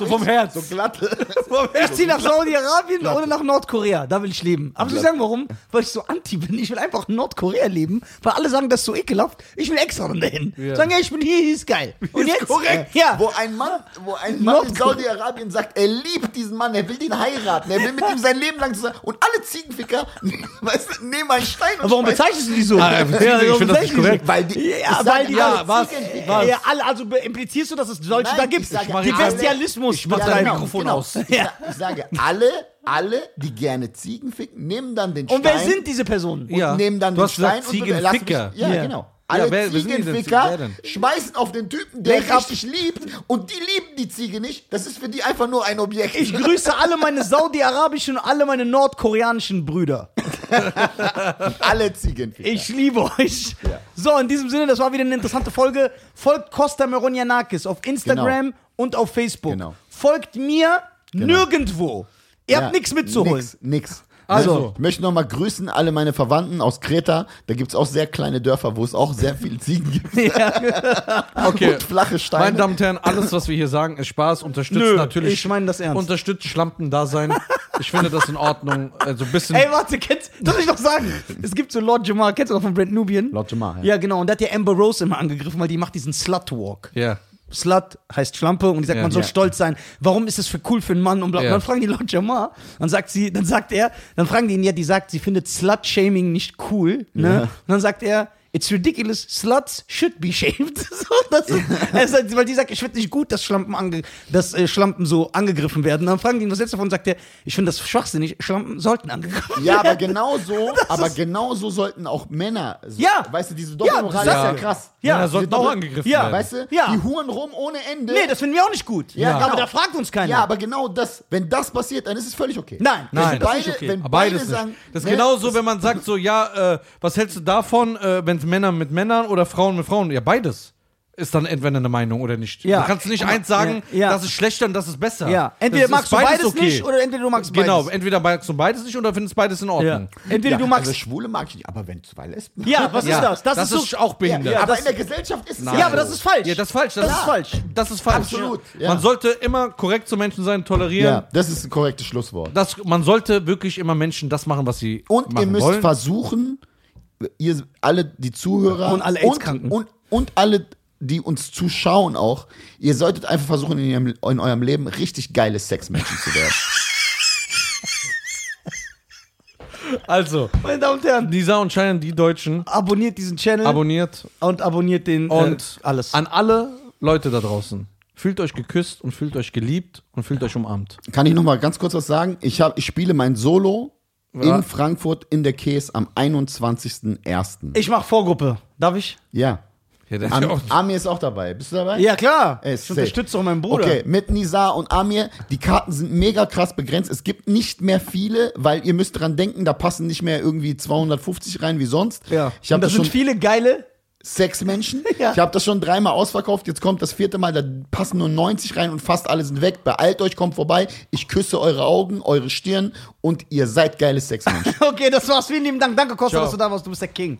Speaker 3: So
Speaker 2: (laughs)
Speaker 3: vom Herz.
Speaker 2: So glatte.
Speaker 3: vom Herz.
Speaker 1: Ich zieh nach Saudi-Arabien oder nach Nordkorea. Da will ich leben. Aber soll ich
Speaker 2: Glatt.
Speaker 1: sagen, warum? Weil ich so anti bin. Ich will einfach in Nordkorea leben, weil alle sagen, das ist so ekelhaft. Ich will extra dann dahin.
Speaker 3: Ja.
Speaker 1: Sagen, ja, ich bin hier, hier ist geil. Und jetzt? Äh,
Speaker 2: Korrekt.
Speaker 1: Ja.
Speaker 2: Wo ein Mann, wo ein Mann in
Speaker 1: Nordkorea.
Speaker 2: Saudi-Arabien sagt, er liebt diesen Mann, er will ihn heiraten, er will mit ihm sein Leben lang zusammen. Und alle Ziegenficker (laughs) weißt, du, nehmen einen Stein und
Speaker 1: Aber warum
Speaker 2: schmeißen-
Speaker 1: bezeichnest du die so?
Speaker 3: Ah, ich finde das
Speaker 1: warum
Speaker 3: nicht
Speaker 1: bezeichnest du die
Speaker 3: korrekt.
Speaker 2: Weil die.
Speaker 1: Ja,
Speaker 2: ich sage
Speaker 1: weil die-
Speaker 2: alle
Speaker 3: Ja, was?
Speaker 2: Ziegenficker.
Speaker 1: so?
Speaker 3: Was?
Speaker 1: also, Ja, alle, also be- implizierst du, dass es solche
Speaker 2: Nein,
Speaker 1: da
Speaker 2: ich
Speaker 1: gibt?
Speaker 2: sage
Speaker 3: alle-
Speaker 1: Die Bestialismus
Speaker 3: Ich mach
Speaker 1: Ja,
Speaker 3: dein
Speaker 1: genau.
Speaker 3: Mikrofon aus.
Speaker 2: Ich,
Speaker 1: Ja.
Speaker 2: sa ich sage, alle, alle, die gerne Ziegen ficken, nehmen dann den
Speaker 1: Und
Speaker 2: Stein.
Speaker 1: wer sind diese Personen?
Speaker 3: Ja.
Speaker 2: nehmen dann
Speaker 3: Du
Speaker 2: den
Speaker 3: hast gesagt,
Speaker 2: Stein und be- lass mich,
Speaker 3: Ziegenficker.
Speaker 2: Ja,
Speaker 1: Ja.
Speaker 2: genau. Alle
Speaker 3: Ja, wer- wer sind die denn? Wer
Speaker 2: Ziegenficker
Speaker 3: denn?
Speaker 2: schmeißen auf den Typen, der
Speaker 1: Leck ab.
Speaker 2: richtig liebt und die lieben die Ziege nicht. Das ist für die einfach nur ein Objekt.
Speaker 1: Ich grüße alle meine saudi-arabischen und alle meine nordkoreanischen Brüder.
Speaker 2: (laughs) alle Ziegenficker.
Speaker 1: Ich liebe euch. So, in diesem Sinne, das war wieder eine interessante Folge. Folgt Costa Meronianakis auf Instagram und auf Facebook.
Speaker 2: Genau.
Speaker 1: Folgt mir nirgendwo. Ihr habt nichts mitzuholen.
Speaker 2: Nix, nix.
Speaker 3: Also.
Speaker 2: ich möchte nochmal grüßen alle meine Verwandten aus Kreta. Da gibt es auch sehr kleine Dörfer, wo es auch sehr viele Ziegen gibt
Speaker 3: Okay.
Speaker 2: und flache Steine.
Speaker 3: Meine Damen und Herren, alles, was wir hier sagen, ist Spaß. Unterstützt
Speaker 1: Nö,
Speaker 3: natürlich.
Speaker 1: ich meine das ernst.
Speaker 3: Unterstützt Schlampen-Dasein. Ich finde das in Ordnung. Also ein bisschen.
Speaker 1: Ey, warte, kennst, soll ich noch (laughs) sagen? Es gibt so Lord Jamar, kennst du noch von Brent Nubian?
Speaker 2: Lord Jamar, ja.
Speaker 1: ja. Ja, genau. Und der hat ja Amber Rose immer angegriffen, weil die macht diesen Slut-Walk.
Speaker 3: ja.
Speaker 1: Slut heißt Schlampe und die sagt,
Speaker 3: Ja.
Speaker 1: man soll
Speaker 2: Ja.
Speaker 1: stolz sein. Warum ist es für cool für einen Mann und bla.
Speaker 3: Ja.
Speaker 1: Dann fragen die Lord Jamar, dann sagt sie, dann sagt er, dann fragen die ihn ja, die sagt, sie findet Slut-Shaming nicht cool. Ne?
Speaker 2: Ja.
Speaker 1: Und dann sagt er, It's ridiculous, sluts should be shamed. (laughs) So, das ist, er sagt, weil die sagt, ich finde nicht gut, dass Schlampen, ange, dass, äh, Schlampen so angegriffen werden. Dann fragen die ihn was jetzt davon und sagt er, ich finde das schwachsinnig, Schlampen sollten angegriffen
Speaker 2: Ja, aber genau
Speaker 1: werden.
Speaker 2: genauso, aber genauso sollten auch Männer. So,
Speaker 1: Ja.
Speaker 2: Weißt du, diese
Speaker 1: das
Speaker 2: Doppelmoral
Speaker 1: ist
Speaker 2: ist ja
Speaker 1: ja-
Speaker 2: krass.
Speaker 1: Ja,
Speaker 3: Männer sollten auch
Speaker 2: Doppel-
Speaker 3: angegriffen
Speaker 1: Ja,
Speaker 3: werden.
Speaker 2: Weißt du,
Speaker 1: Ja.
Speaker 2: die huren rum ohne Ende.
Speaker 1: (laughs) Nee, das finden wir auch nicht gut.
Speaker 2: Ja,
Speaker 1: aber
Speaker 2: genau.
Speaker 1: da fragt uns keiner.
Speaker 2: ja, aber genau das, wenn das passiert, dann ist es völlig okay.
Speaker 1: Nein.
Speaker 2: wenn
Speaker 3: Nein, das
Speaker 2: beide,
Speaker 1: ist okay.
Speaker 2: Wenn
Speaker 3: Aber
Speaker 2: beide
Speaker 3: beides
Speaker 2: sagen,
Speaker 3: nicht. Das ist
Speaker 2: ne,
Speaker 3: genauso, wenn man sagt so, ja, äh, was hältst du davon, äh, wenn Männer mit Männern oder Frauen mit Frauen, ja, beides ist dann entweder eine Meinung oder nicht.
Speaker 1: Ja.
Speaker 3: Du kannst nicht
Speaker 1: Guck mal,
Speaker 3: eins sagen,
Speaker 1: ja, ja.
Speaker 3: das ist schlechter und das ist besser.
Speaker 1: Ja, entweder
Speaker 3: das
Speaker 1: magst
Speaker 3: ist
Speaker 1: du
Speaker 3: beides
Speaker 1: beides nicht oder entweder du magst
Speaker 3: Genau,
Speaker 1: beides.
Speaker 3: entweder magst du beides nicht oder findest beides in
Speaker 1: Ja.
Speaker 3: Ordnung.
Speaker 1: Entweder
Speaker 2: ja,
Speaker 1: du magst.
Speaker 2: Also Schwule mag ich nicht, aber wenn zwei Lesben. (laughs)
Speaker 1: ja, was
Speaker 3: Ja,
Speaker 1: ist das? Das, ist so.
Speaker 3: auch
Speaker 2: Ja,
Speaker 3: behindert.
Speaker 1: Ja,
Speaker 2: aber
Speaker 1: das-
Speaker 2: in der Gesellschaft ist es
Speaker 3: Nein.
Speaker 1: Ja, aber das ist falsch.
Speaker 3: Ja, das ist falsch.
Speaker 1: Das ist
Speaker 3: Ja.
Speaker 1: falsch.
Speaker 3: Das ist falsch.
Speaker 2: Absolut, ja.
Speaker 3: Man sollte immer korrekt zu Menschen sein, tolerieren.
Speaker 2: Ja, das ist ein korrektes Schlusswort.
Speaker 3: Das, man sollte wirklich immer Menschen das machen, was sie
Speaker 2: Und
Speaker 3: machen
Speaker 2: ihr müsst
Speaker 3: wollen.
Speaker 2: versuchen, ihr alle die Zuhörer
Speaker 1: Und alle AIDS-Kranken.
Speaker 2: und, und, und alle, die uns zuschauen auch, ihr solltet einfach versuchen, in, ihrem, in eurem Leben richtig geile Sexmenschen zu
Speaker 3: (laughs)
Speaker 2: werden.
Speaker 3: Also,
Speaker 1: Meine Damen und Herren,
Speaker 3: Lisa und Cheyenne, die Deutschen,
Speaker 1: abonniert diesen Channel
Speaker 3: abonniert
Speaker 1: und abonniert den
Speaker 3: Und
Speaker 1: äh, alles.
Speaker 3: an alle Leute da draußen. Fühlt euch geküsst und fühlt euch geliebt und fühlt euch umarmt.
Speaker 2: Kann ich noch mal ganz kurz was sagen? Ich, hab, ich spiele mein Solo
Speaker 3: Ja.
Speaker 2: in Frankfurt in der Käs am 21.01.
Speaker 1: ich mache Vorgruppe. Darf ich? (laughs)
Speaker 2: Ja.
Speaker 3: Ja, das
Speaker 2: Am, Amir ist auch dabei. Bist du dabei?
Speaker 1: Ja, klar.
Speaker 2: Ey,
Speaker 1: ich
Speaker 2: Äh, safe.
Speaker 1: unterstütze auch meinen Bruder.
Speaker 2: Okay, mit Nizar und Amir, die Karten sind mega krass begrenzt. Es gibt nicht mehr viele, weil ihr müsst dran denken, da passen nicht mehr irgendwie 250 rein wie sonst.
Speaker 1: Ja.
Speaker 2: Ich habe
Speaker 1: Und das
Speaker 2: das
Speaker 1: sind
Speaker 2: schon
Speaker 1: viele geile. (laughs)
Speaker 2: sechs Menschen.
Speaker 1: Ja.
Speaker 2: Ich habe das schon dreimal ausverkauft. Jetzt kommt das vierte Mal, da passen nur 90 rein und fast alle sind weg. Beeilt euch, kommt vorbei. Ich küsse eure Augen, eure Stirn und ihr seid geile Sexmenschen.
Speaker 1: Okay, das war's. Vielen lieben Dank. Danke, Costa,
Speaker 3: Ciao.
Speaker 1: dass du da warst. Du bist der King.